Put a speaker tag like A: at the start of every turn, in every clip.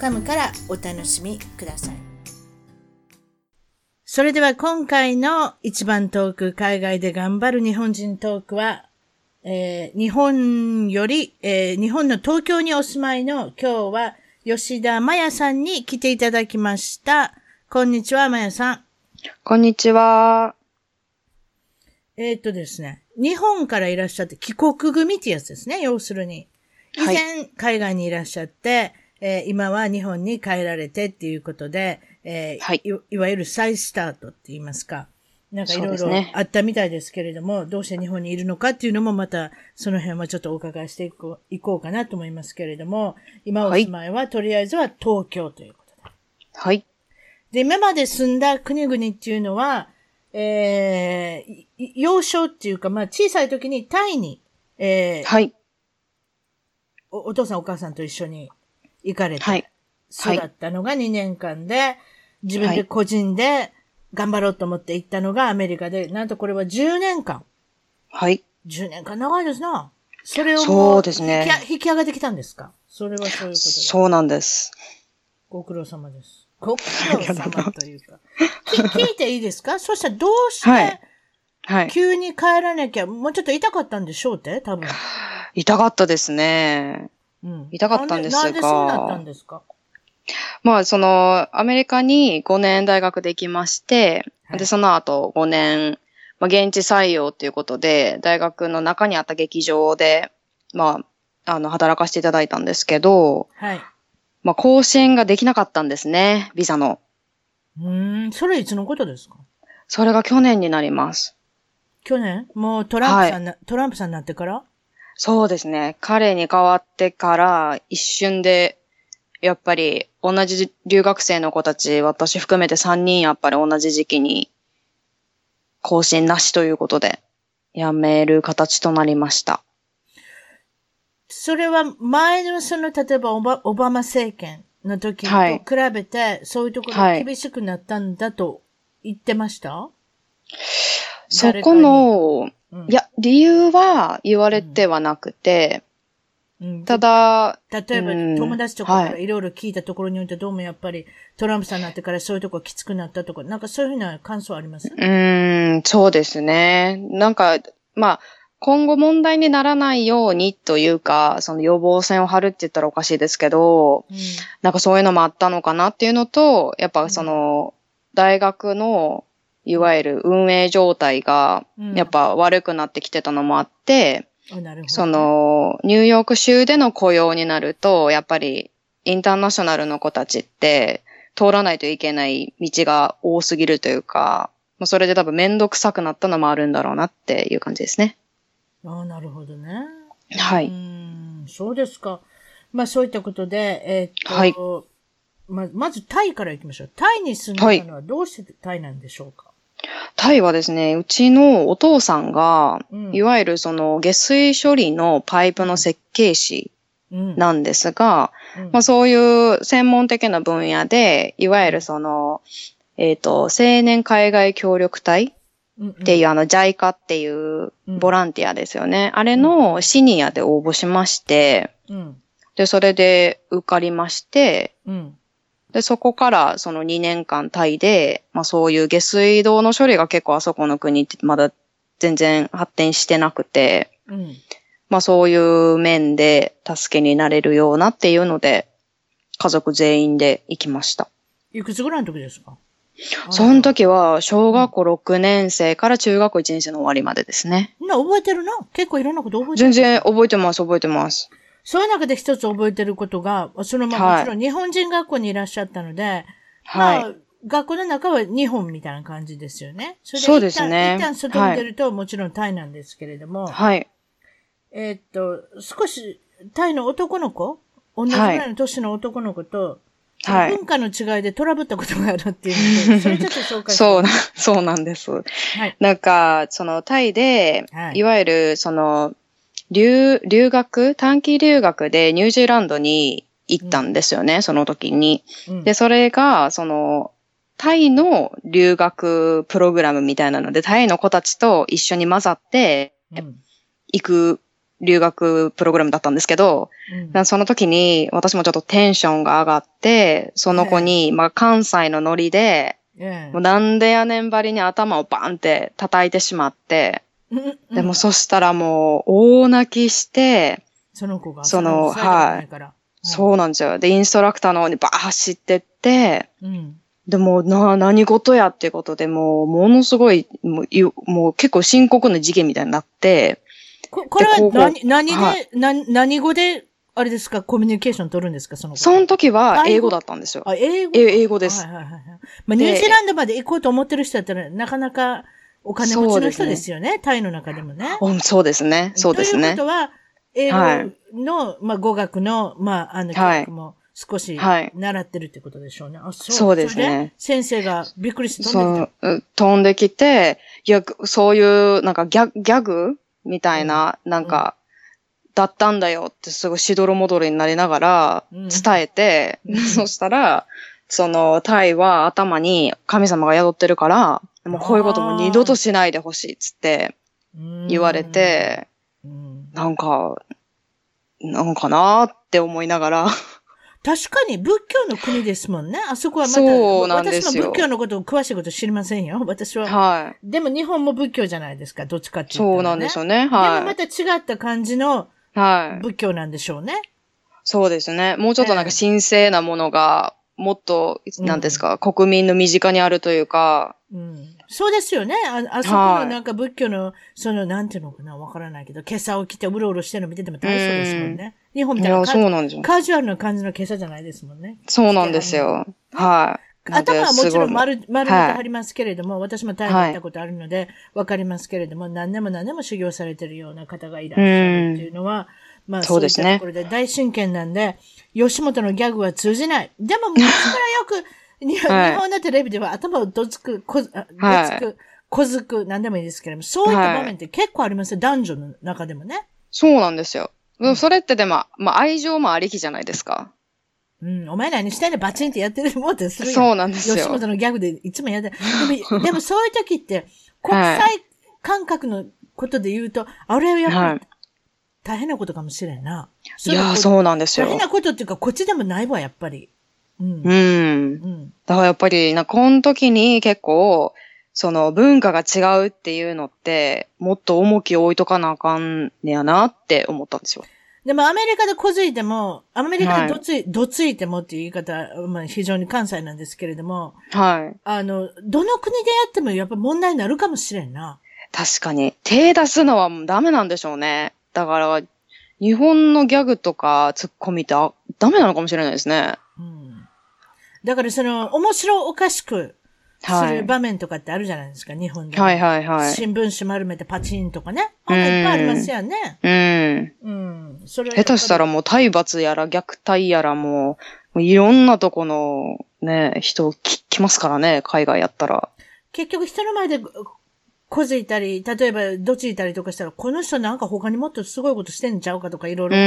A: .com からお楽しみくださいそれでは今回の一番トーク海外で頑張る日本人トークは、えー日本より、えー日本の東京にお住まいの今日は吉田麻也さんに来ていただきました。こんにちは、麻也さん。
B: こんにちは。
A: えーっとですね、日本からいらっしゃって、帰国組ってやつですね、要するに。以
B: はい
A: 前、海外にいらっしゃって、えー今は日本に帰られてっていうことで、えー
B: はい
A: い、いわゆる再スタートって言いますか。なんかい
B: そう
A: ろい
B: です
A: ろ
B: ね
A: あったみたいですけれども、どうして日本にいるのかっていうのもまた、その辺はちょっとお伺いしていこういこうかなと思いますけれども、今お住まいは、とりあえずは東京ということで。
B: はい。
A: で、今まで住んだ国々っていうのは、えーい幼少っていうか、まあ小さい時にタイに、えー
B: はい。
A: おお父さんお母さんと一緒に行かれて
B: はい。
A: 育ったのが2年間で、自分
B: は
A: で
B: い
A: 個人で頑張ろうと思って行ったのがアメリカで、なんとこれは10年間。
B: はい。
A: 10年間長いですな。それを
B: そ
A: も
B: うですね
A: 引き引き上げてきたんですかそれはそういうことです。
B: そうなんです。
A: ご苦労様です。ご苦労
B: ありがとうござい
A: 様
B: ま
A: というか。き聞い ていいですかそしたらどうして、
B: はいはい。
A: 急に帰らなきゃ、もうちょっと痛かったんでしょうって、多分。
B: 痛かったですね。
A: うん
B: 痛かったんですが
A: なんでなんでそうなったんですか
B: まあ、その、アメリカに5年大学で行きまして、
A: はい
B: で、その後5年、まあ、現地採用ということで、大学の中にあった劇場で、まあ、あの、働かせていただいたんですけど、
A: はい。
B: まあ、更新ができなかったんですね、ビザの。
A: うーん、それいつのことですか
B: それが去年になります。
A: 去年もうトランプさんな、トランプさんになってから
B: そうですね。彼に代わってから一瞬で、やっぱり同じ留学生の子たち、私含めて3人やっぱり同じ時期に更新なしということで、辞める形となりました。
A: それは前のその、例えばオバオバマ政権の時と
B: はい
A: 比べて、そういうところ
B: は
A: が
B: い
A: 厳しくなったんだと言ってました、
B: そこの、
A: うん
B: い、や、理由は言われてはなくて、
A: うん
B: ただ、
A: 例えば、
B: うん
A: 友達とかから
B: はい
A: ろいろ聞いたところによって、どうもやっぱりトランプさんになってからそういうとこきつくなったとか、なんかそういうふうな感想あり ます
B: うーん、そうですね。なんか、まあ、今後問題にならないようにというか、その予防線を張るって言ったらおかしいですけど、
A: うん
B: なんかそういうのもあったのかなっていうのと、やっぱその、大学の、いわゆる運営状態が、
A: うん
B: やっぱ悪くなってきてたのもあって、
A: あなるほど。
B: そ、の、ニューヨーク州での雇用になると、やっぱり、インターナショナルの子たちって、通らないといけない道が多すぎるというか、まあそれで多分めんどくさくなったのもあるんだろうなっていう感じですね。
A: あなるほどね。
B: は
A: う
B: い。
A: ん、そうですか。まあそういったことで、えーっと、ま、まずタイから行きましょう。タイに住んでたのはどうしてタイなんでしょうか、
B: タイはですね、うちのお父さんが、
A: うん
B: いわゆるその下水処理のパイプの設計士
A: うん、
B: なんですが、
A: うん
B: まあ、そういう専門的な分野で、いわゆるその、えっ、と、青年海外協力隊
A: うん、っ
B: っていうう、あの、JICA っていう
A: うん
B: ボランティアですよね。あれのシニアで応募しまして、
A: ん。うん。
B: で、それで受かりまして、
A: うん。
B: で、そこからその2年間タイで、まあそういう下水道の処理が結構あそこの国ってまだ全然発展してなくて、
A: うん。
B: まあそういう面で助けになれるようなっていうので、家族全員で行きました。
A: いくつぐらいの時ですか
B: その時は小学校6年生から中学校1年生の終わりまでですね。
A: な、覚えてるな結構いろんなこと覚えてる。
B: 全然覚えてます、覚えてます。
A: そういう中で一つ覚えてることが、そのま
B: は
A: あ
B: い
A: もちろん日本人学校にいらっしゃったので、
B: はい。
A: まあ、学校の中は日本みたいな感じですよね。それ
B: そうですね
A: 一旦一旦外に出ると、もちろんタイなんですけれども、
B: はい。
A: えーっと、少しタイの男の子、同じぐらいの年の男の子と、
B: はい
A: 文化の違いでトラブったことがあるっていうの で、それちょっと紹介して
B: そうな、そうなんです。
A: はい。
B: なんか、そのタイで、
A: はい
B: いわゆる、その、留、留学、短期留学でニュージーランドに行ったんですよね、その時に。
A: うん
B: で、それが、その、タイの留学プログラムみたいなので、タイの子たちと一緒に混ざって
A: うん
B: 行く留学プログラムだったんですけど、
A: うん
B: その時に私もちょっとテンションが上がって、その子に、まあ関西のノリで、
A: ええ
B: もうなんでやねんばりに頭をバンって叩いてしまって、
A: うんうん
B: でもそしたらもう大泣きして、
A: その子が、
B: その
A: サイドがないから。
B: そうなんですよ。で、インストラクターの方にバー走ってって、
A: うん。うん。
B: でもうな、何事やっていうことでもう、ものすごい、もうい、もう結構深刻な事件みたいになって、
A: ここれは
B: でこう
A: 何、何
B: は
A: で、何何語で、あれですか、コミュニケーション取るんですか、その子
B: その時は
A: タイ語
B: 英語だったんですよ。
A: あ、英語
B: え英語です
A: はいはいはいはい。まあ、ニュージーランドまで行こうと思ってる人だったら、なかなかお金持
B: そ
A: ち
B: う
A: の
B: です
A: 人
B: ね
A: ですよね。タイの中でもね。
B: うんそうですね。そうです
A: という
B: ね
A: こと。は、英語
B: はい
A: の、まあ、語学の、まあ、あの、
B: はい
A: 教育も少し
B: はい
A: 習ってるってことでしょうね。あ、そう
B: そうですね
A: れ先生がびっくりして飛んでき
B: そう、うん飛んできて、いや、そういう、なんかギャギャグみたいな、なんか、だったんだよってすごいしどろもどろになりながら
A: うん
B: 伝えて、
A: うん
B: そしたら、その、タイは頭に神様が宿ってるから、もうこういうことも二度としないでほしいっつって
A: たうん。
B: 言われて、
A: うん、
B: なんか、なんかなーって思いながら、
A: 確かに仏教の国ですもんね。あそこはまた、
B: そうなんです
A: 私
B: よ
A: も仏教のことを詳しいこと知りませんよ。私は。
B: は
A: でも日本も仏教じゃないですか。どっちかって
B: い。
A: 言ったら、ね。
B: そうなんですよね、
A: でもま
B: は
A: た違った感じの
B: い。はい。
A: 仏教なんでしょうね。
B: そうですね。もうちょっとなん
A: ええ
B: か神聖なものが、もっと、
A: うん
B: なんですか、国民の身近にあるというか、
A: うん、そうですよね。ああそこ
B: は
A: の
B: い
A: なんか仏教の、その、なんていうのかな、わからないけど、今朝起きてうろうろしてるの見てても大そうですもんね。日本
B: い
A: みたい
B: や、
A: な
B: そ
A: カ
B: うなんですよ。
A: カジュアルな感じの今朝じゃないですもんね。
B: そうなんですよ。はい。
A: 頭はもちろん
B: なので
A: 丸、丸めて貼りますけれども、私も大変
B: はい
A: 行ったことあるので、わかりますけれども、何年も何年も修行されてるような方がいらっしゃるっていうのは、まあ、そ
B: そう
A: い
B: うで
A: っ
B: す
A: た
B: ね
A: ところで大真剣なんで、吉本のギャグは通じない。でも、昔からよ く、に日
B: はい
A: 本のテレビでは頭をどつく、こず、あど
B: はい
A: つく、こずく、何でもいいですけれども、そういった場面って結構ありますよ。男女の中でもね。
B: そうなんですよ。でもそれってでも、まあ、愛情もありきじゃないですか。
A: うん、お前何したいのバチンってやってるもんってするやん
B: そうなんです
A: 吉
B: よ
A: 本。のギャグでいつも やだ。でも、でもそういう時って、国際感覚のことで言うと、あれはやっぱ
B: は
A: り大変なことかもしれんな。
B: い。いや、
A: う
B: そうなんです
A: 大
B: よ
A: 変。なことっていうか、こっちでもないわ、やっぱり。うん。
B: う。
A: うんん。
B: だからやっぱり、な、この時に結構、その文化が違うっていうのって、もっと重きを置いとかなあかんねやなって思ったんですよ。
A: でもアメリカでこづいても、アメリカ
B: はい
A: でどつい、どついてもっていう言い方、まあ非常に関西なんですけれども、
B: はい。
A: あの、どの国でやってもやっぱ問題になるかもしれんな。
B: 確かに。手出すのはもうダメなんでしょうね。だから、日本のギャグとかツッコミってあダメなのかもしれないですね。
A: うん。だからその、面白おかしくす
B: は
A: る
B: い。
A: 場面とかってあるじゃないですか、日本で。
B: はいはいはい。
A: 新聞紙丸めてパチンとかね。あんないっぱいありますやんね。
B: うん。
A: うん。それ
B: 下手したら、もう体罰やら虐待やらもう、もういろんなとこのね、人き来ますからね、海外やったら。
A: 結局人の前でここづいたり、例えばどついたりとかしたら、この人なんか他にもっとすごいことしてんちゃうかとかいろいろ
B: う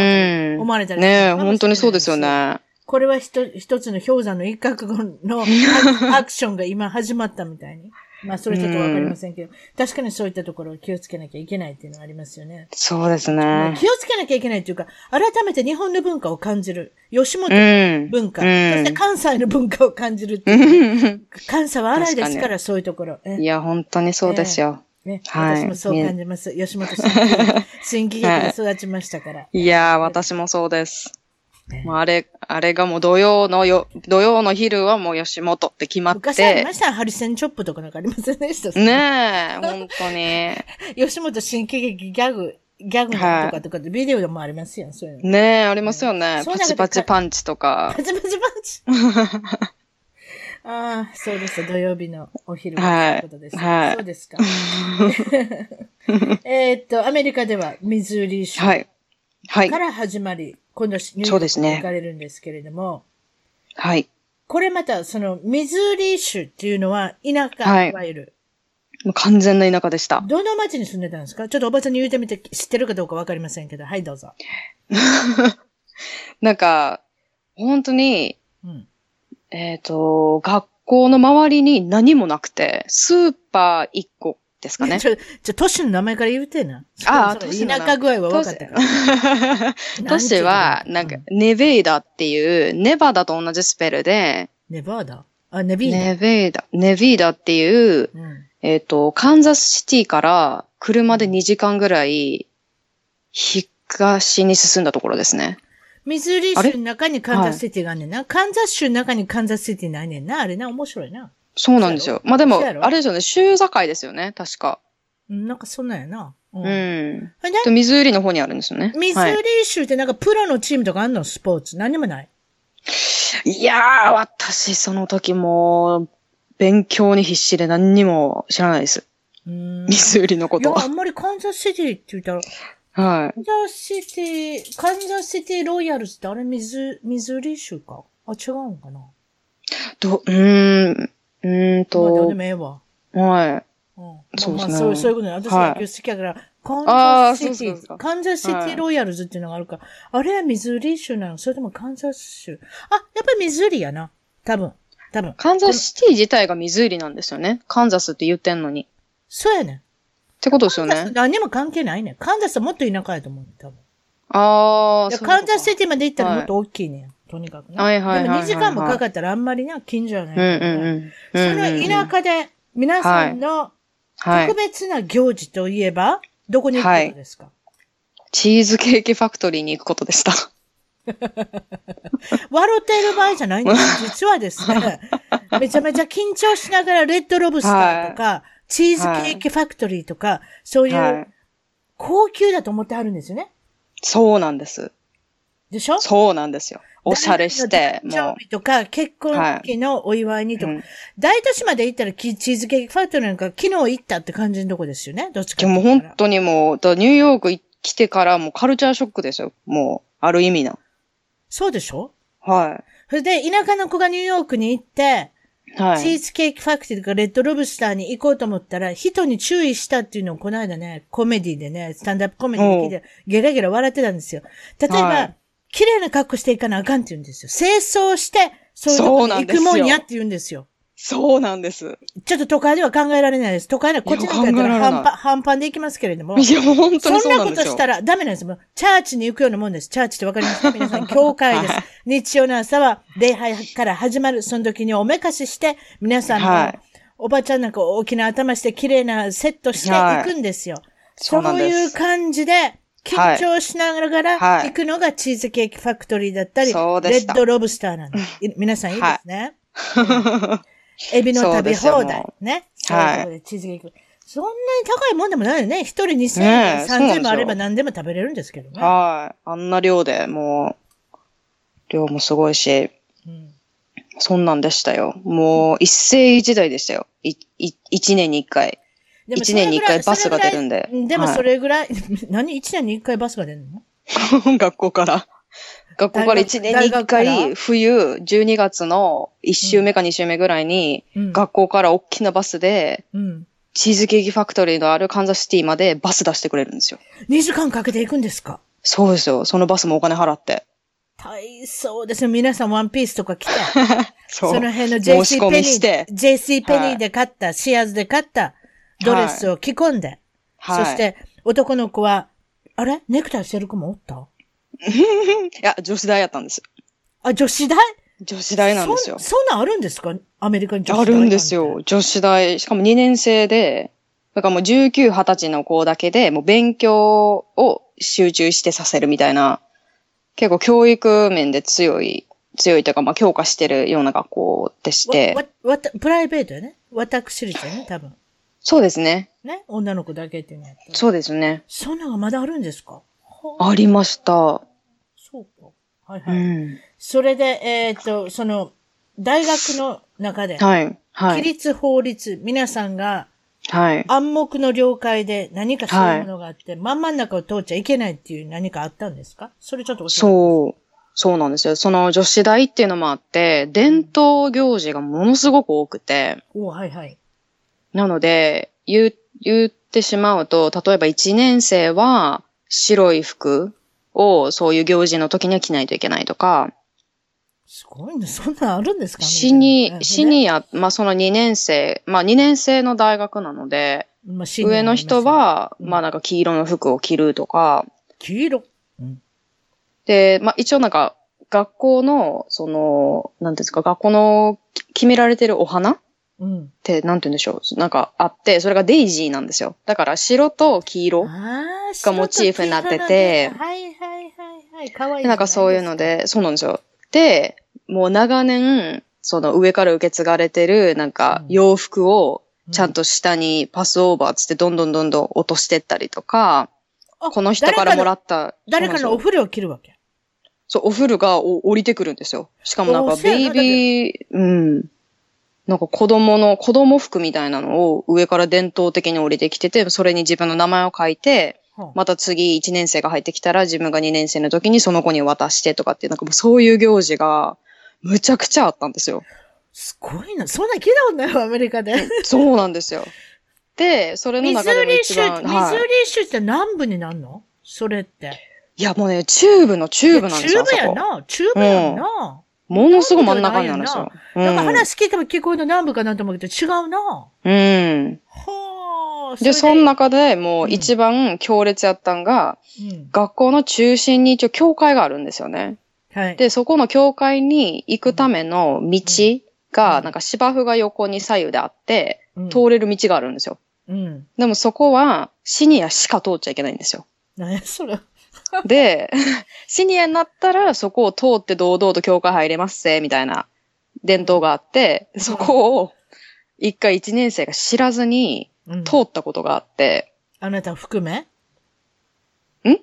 B: ん
A: 思われたり
B: ねえ、
A: するかもしれない
B: 本当にそうですよ。ね。
A: これはひと一つの氷山の一角 のアアクションが今始まったみたいに。まあそれちょっとわかりませんけど、確かにそういったところを気をつけなきゃいけないっていうのはありますよね。
B: そうですね。
A: 気をつけなきゃいけないっていうか、改めて日本の文化を感じる。吉本
B: うん。
A: 文化、
B: う
A: そして
B: ん。
A: 関西の文化を感じるっていう。関西は荒いですから、
B: 確
A: そういうところ。え
B: いや、本当にそうですよ。
A: ね、
B: はい
A: 私もそう感じます。吉本新喜劇新喜劇で育ちましたから。
B: いやー、私もそうです。もうあれ、あれがもう土曜のよ、土曜の昼はもう吉本って決まっ
A: 昔あり
B: て
A: ま。したよハリセンチョップとかなんかありませんでした。
B: ねえ、本当に。
A: 吉本新喜劇ギャグ、ギャグなんとかとかってビデオでもありますやん、そういうの。
B: ねえ、ありますよね。
A: そうな
B: パ
A: んか
B: チパチパンチとか
A: パ。チパチパチ。ああ、そうです。土曜日のお昼と
B: はい
A: いうことです、ね
B: はい
A: そうですか。 えーっと、アメリカではミズーリ州
B: はい。はい
A: か。ら始まり、今度ニューヨ
B: そう
A: ーク
B: です
A: に
B: ね
A: 行かれるんですけれども、
B: はい。
A: これまた、その、ミズーリー州っていうのは田舎、、
B: はいい
A: わゆる。
B: もう完全な田舎でした。
A: どの町に住んでたんですかちょっとおばちゃんに言うてみて知ってるかどうかわかりませんけど。はい、どうぞ。
B: なんか、本当に、
A: うん。
B: えっ、と、学校の周りに何もなくて、スーパー1個ですかね。
A: ちょ、ちょ、都市の名前から言うてな。
B: あ
A: そ
B: ー
A: れ
B: 都市の名
A: 田
B: 前
A: 舎具合は分かったから。
B: 都市は、
A: な
B: なんん
A: てい
B: か
A: うの、
B: ネベイダっていう、ネバダと同じスペルで、
A: ネバーダあ、ネビーダ。
B: ネベイダ、ネビーダっていう、
A: うん。
B: えっ、と、カンザスシティから車で2時間ぐらい、東に進んだところですね。
A: ミズーリ
B: あ
A: 州
B: れ
A: の中にカンザスシティがあんねんな。カンザス州の中にカンザスシティないねんな。あれな、面白いな。
B: そうなんですよ。まあで
A: そう
B: も、
A: やろ
B: あれですよね、州境ですよね、確か。
A: うんなんかそんなんやな。うん
B: う
A: ほい
B: ん。
A: で
B: と、ミズーリの方にあるんですよね。
A: ミズ
B: は
A: ー
B: い
A: リ州ってなんかプロのチームとかあんのスポーツ。何にもない。
B: いやー、私、その時も、勉強に必死で何にも知らないです。
A: うーん。
B: ミズーリのこ
A: い
B: と
A: や、
B: は
A: あ。んまりカンザスシティって言ったら、カ
B: はい。
A: ンザスシティ、カンザスシティロイヤルズってあれミズ、ミズーリ州か。あ、違うんかな。
B: ど、うーん、うーん
A: まあ、どうで
B: と、
A: もええわ。
B: はい。
A: うんまあ
B: そうですね
A: まあ、そうそういうことね。私
B: はい
A: 野球好きやから、カ
B: あ
A: ンザ
B: ー
A: スシテ
B: そうです
A: ィ、
B: か
A: カンザスシティロイヤルズっていうのがあるから、あれはミズーリ州なのそれともカンザス州あ、やっぱりミズーリやな。多分。多分。
B: カンザスシティ自体がミズーリなんですよね。カンザスって言ってんのに。
A: そうやねん。
B: ってことですよ
A: カンザス
B: ね。
A: 何にも関係ないねん。カンザスはもっと田舎やと思うねん多分。
B: あ
A: い
B: ー、
A: や
B: そう
A: カンザスシ
B: テ
A: ティまで行ったらもっと大きいねん。とにかくね。
B: はいはいはいはいはい
A: でも2時間もかかったらあんまりな、近所やない
B: うん
A: から
B: うん
A: ね
B: うん。
A: その田舎で、皆さんの
B: 舎はい
A: 特。別な行事といえば、どこに行くことですか、
B: チーズケーキファクトリーに行くことでした。
A: 笑っている場合じゃ ないんです。実はですね、めちゃめちゃ緊張しながらレッドロブスターとか、チーズケーキファクトリーとか、そうい
B: は
A: う
B: い。
A: 高級だと思ってあるんですよね。
B: そうなんです。
A: でしょ
B: そうなんですよ。おしゃれして、
A: 誕生
B: も
A: 日とか、結婚式のお祝いにと
B: う。う
A: か、
B: ん
A: 大都市まで行ったらきチーズケーキファクトリーなんか昨日行ったって感じのとこですよね。どっちか
B: で
A: って
B: も
A: 言ったら
B: 本当にもう、だからニューヨーク来てからもうカルチャーショックですよ。もう、ある意味な。
A: そうでしょ
B: は
A: それで、田舎の子がニューヨークに行って、
B: い。は
A: チー
B: い。
A: ズケーキファクトリーとかレッドロブスターに行こうと思ったら、人に注意したっていうのをこの間ね、コメディでね、スタンダップコメディで聞いて、ゲラゲラ笑ってたんですよ。例えば、
B: はい
A: 綺麗な格好していかなあかんって言うんですよ。清掃して、そういうと
B: そ
A: こ
B: うなん
A: に
B: で
A: 行
B: す
A: く
B: よ
A: もんやって言うんですよ。
B: そうなんです。
A: ちょっと都会では考えられないです。都会ではこっちの方だった
B: いや考
A: ら
B: えられな
A: 半
B: い
A: パン、半パンで行きますけれども。
B: いや、もう本当
A: そ
B: に
A: ん
B: そう
A: な
B: なん
A: こ
B: で
A: と
B: すよ。
A: したらダメなんですもうチャーチに行くようなもんです。チャーチってわかります か皆さん、教会です。日曜の朝は礼拝から始まる。その時におめかしして、皆さんも、
B: はい
A: おばちゃんなんか大きな頭して綺麗なセットして
B: はい
A: 行くんですよ。
B: そうなん
A: そう
B: です
A: いう感じで、緊張しながら
B: はい
A: 行くのがチーズケーキファクトリーだったり、
B: そうで
A: レ
B: し
A: ッ
B: た
A: ドロブスター なんです。い皆さんいいですね。うんエビの
B: そう
A: 食べ
B: ですよ
A: 放題
B: も。
A: ね。
B: はい
A: そううところでチーズケーキ。そんなに高いもんでもないよね。一人2000円、
B: ねえそうなんで
A: 3000
B: すよ
A: もあれば何でも食べれるんですけどね。
B: はい。あんな量でもう、量もすごいし、
A: うん
B: そんなんでしたよ。もう、一世一代でしたよ。い、い、一年に一回。
A: でも
B: 一年に一回バスが出るんで
A: それぐらいでも
B: はい
A: それぐらい、 何一年に一回バスが出るの
B: 学校から。学校から一年に
A: 大
B: 一
A: 学から
B: 回、冬、12月の一週目か二週目ぐらいに、
A: うん
B: 学校から大きなバスで、
A: うん。
B: チーズケーキファクトリーのあるカンザスシティまでバス出してくれるんですよ。
A: 2時間かけて行くんですか
B: そうですよ。そのバスもお金払って。
A: 大そうですね。皆さんワンピースとか着て、
B: そう。
A: その辺の
B: 申し
A: JC
B: 込
A: ペニ
B: みして
A: ー、JC ペニーで買った、シアーズで買ったドレスを着込んで、
B: はい、
A: そし。て男の子は、あれネクタイしてる子もおった
B: いや、女子大やったんです。
A: あ、女子大
B: 女子大なんですよ。
A: そそんなんあるんですかアメリカに女子
B: あ
A: 大
B: るんです
A: なん
B: よ
A: て。。
B: 女子大。しかも2年生で、だからもう19、20歳の子だけで、もう勉強を集中してさせるみたいな、結構教育面で強い、強いというか、まあ強化してるような学校でして
A: わ、、わ、わた、プライベートよね。私立よね、多分。
B: そうですね。
A: ね。女の子だけっていうのやったら
B: そうですね。
A: そんなんがまだあるんですかはあ
B: ありました。
A: そうか。はいうはい。
B: ん。
A: それで、えっ、と、その、大学の中で、
B: はい。は
A: 規
B: い。
A: 律法律、皆さんが
B: はい。
A: 暗黙の了解で何かそういうものがあって、真ん真ん中を通っちゃいけないっていう何かあったんですかそれちょっと教えて。
B: そう。そうなんですよ。その女子大っていうのもあって、伝統行事がものすごく多くて、
A: おはいはい。
B: なので、言う、言ってしまうと、例えば1年生は白い服をそういう行事の時には着ないといけないとか、
A: すごいね。そんなんあるんですか
B: シニ
A: ア、
B: シニア、まあその2年生、まあ2年生の大学なので、
A: まあシニア
B: 上の人
A: になりますね、
B: は、
A: うん
B: まあなんか黄色の服を着るとか、
A: 黄色。
B: で、まあ一応なんか学校の、その、なんていうんですか、学校のき決められてるお花っ
A: うん。
B: て、なんて言うんでしょう、なんかあって、それがデイジーなんですよ。だから白と黄色。
A: ああ、
B: がモチーフになってて
A: 白と黄色なんではいはいはいはい。かわいい。
B: なんかそういうの。で、そうなんですよ。で、もう長年、その上から受け継がれてる、なんか
A: うん
B: 洋服を、ちゃん。と下にパスオーバーつってどんどんどんどん落としてったりとか、
A: あ
B: この人からもらった。
A: 誰かの誰かのお
B: そうなんですよ
A: 風呂を切るわけ。
B: そう、お古がお降りてくるんですよ。しかもなん
A: お
B: か
A: そう
B: ベ
A: や
B: イ
A: な
B: ビー、うん。なんか子供の、子供服みたいなのを上から伝統的に降りてきてて、それに自分の名前を書いて、
A: はあ
B: また次1年生が入ってきたら自分が2年生の時にその子に渡してとかっていう、なんかもうそういう行事がむちゃくちゃあったんです よ。
A: すごいな。そんなん聞いたことないわ、アメリカ で。
B: そうなんですよ。で、それの
A: ミズ
B: 中で
A: ー
B: も
A: リ
B: 一
A: 州、ミズ
B: 番、
A: ー
B: は
A: リ
B: い。
A: 州って南部になるのそれって。
B: いやもうね、中部の中部なんですよ。
A: 中部や
B: あそこ
A: な。中部やな。
B: ものすごい真ん中になるんですよ。う
A: なんか
B: ん。
A: 話聞いても聞こえるの南部かなと思うけど違うな。
B: うん。
A: はあ。
B: で、その
A: な。
B: 中でもう一番強烈やったんが、
A: うん
B: 学校の中心に一応教会があるんですよね。
A: はい。
B: で、そこの教会に行くための道が、
A: うん
B: なんか芝生が横に左右であって、
A: うん
B: 通れる道があるんですよ。
A: うん。
B: でもそこはシニアしか通っちゃいけないん ですよ。
A: 何やそれ。
B: で、 シニアになったらそこを通って堂々と教会入れますせ、みたいな伝統があって、そこを一回一年生が知らずに
A: うん
B: 通ったことがあって、
A: あなたを含め
B: ん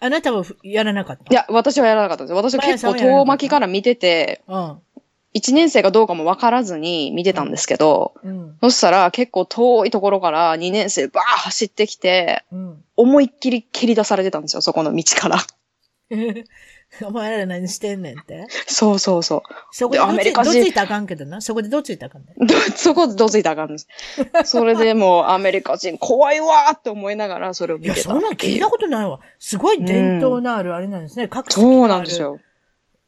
A: あなたはふやらなかった。
B: いや、私はやらなかったです。私は結構
A: まやさんはやらなか
B: 遠
A: った
B: 巻きから見てて、
A: うん。
B: 1年生かどうかも分からずに見てたんですけど、
A: うん。
B: そしたら結構遠いところから2年生バー走ってきて、
A: うん。
B: 思いっきり蹴り出されてたんですよ、そこの道から。
A: お前ら何してんねんって。
B: そうそうそ
A: そこで
B: で
A: どっ
B: アメ
A: ち
B: リカ
A: どっ
B: 人
A: ちいたらあかんけどな。そこでどっちいたらあかんね
B: う。どそこどついたらあかんです。 それでもうアメリカ人怖いわーって思いながらそれを
A: ん。い
B: 見
A: や、
B: て
A: そ
B: たっ
A: んなん
B: て
A: 聞い
B: いう
A: た。ことないわ。すごい伝統のあるあれなんですね。各地にある
B: そうなんです。よ。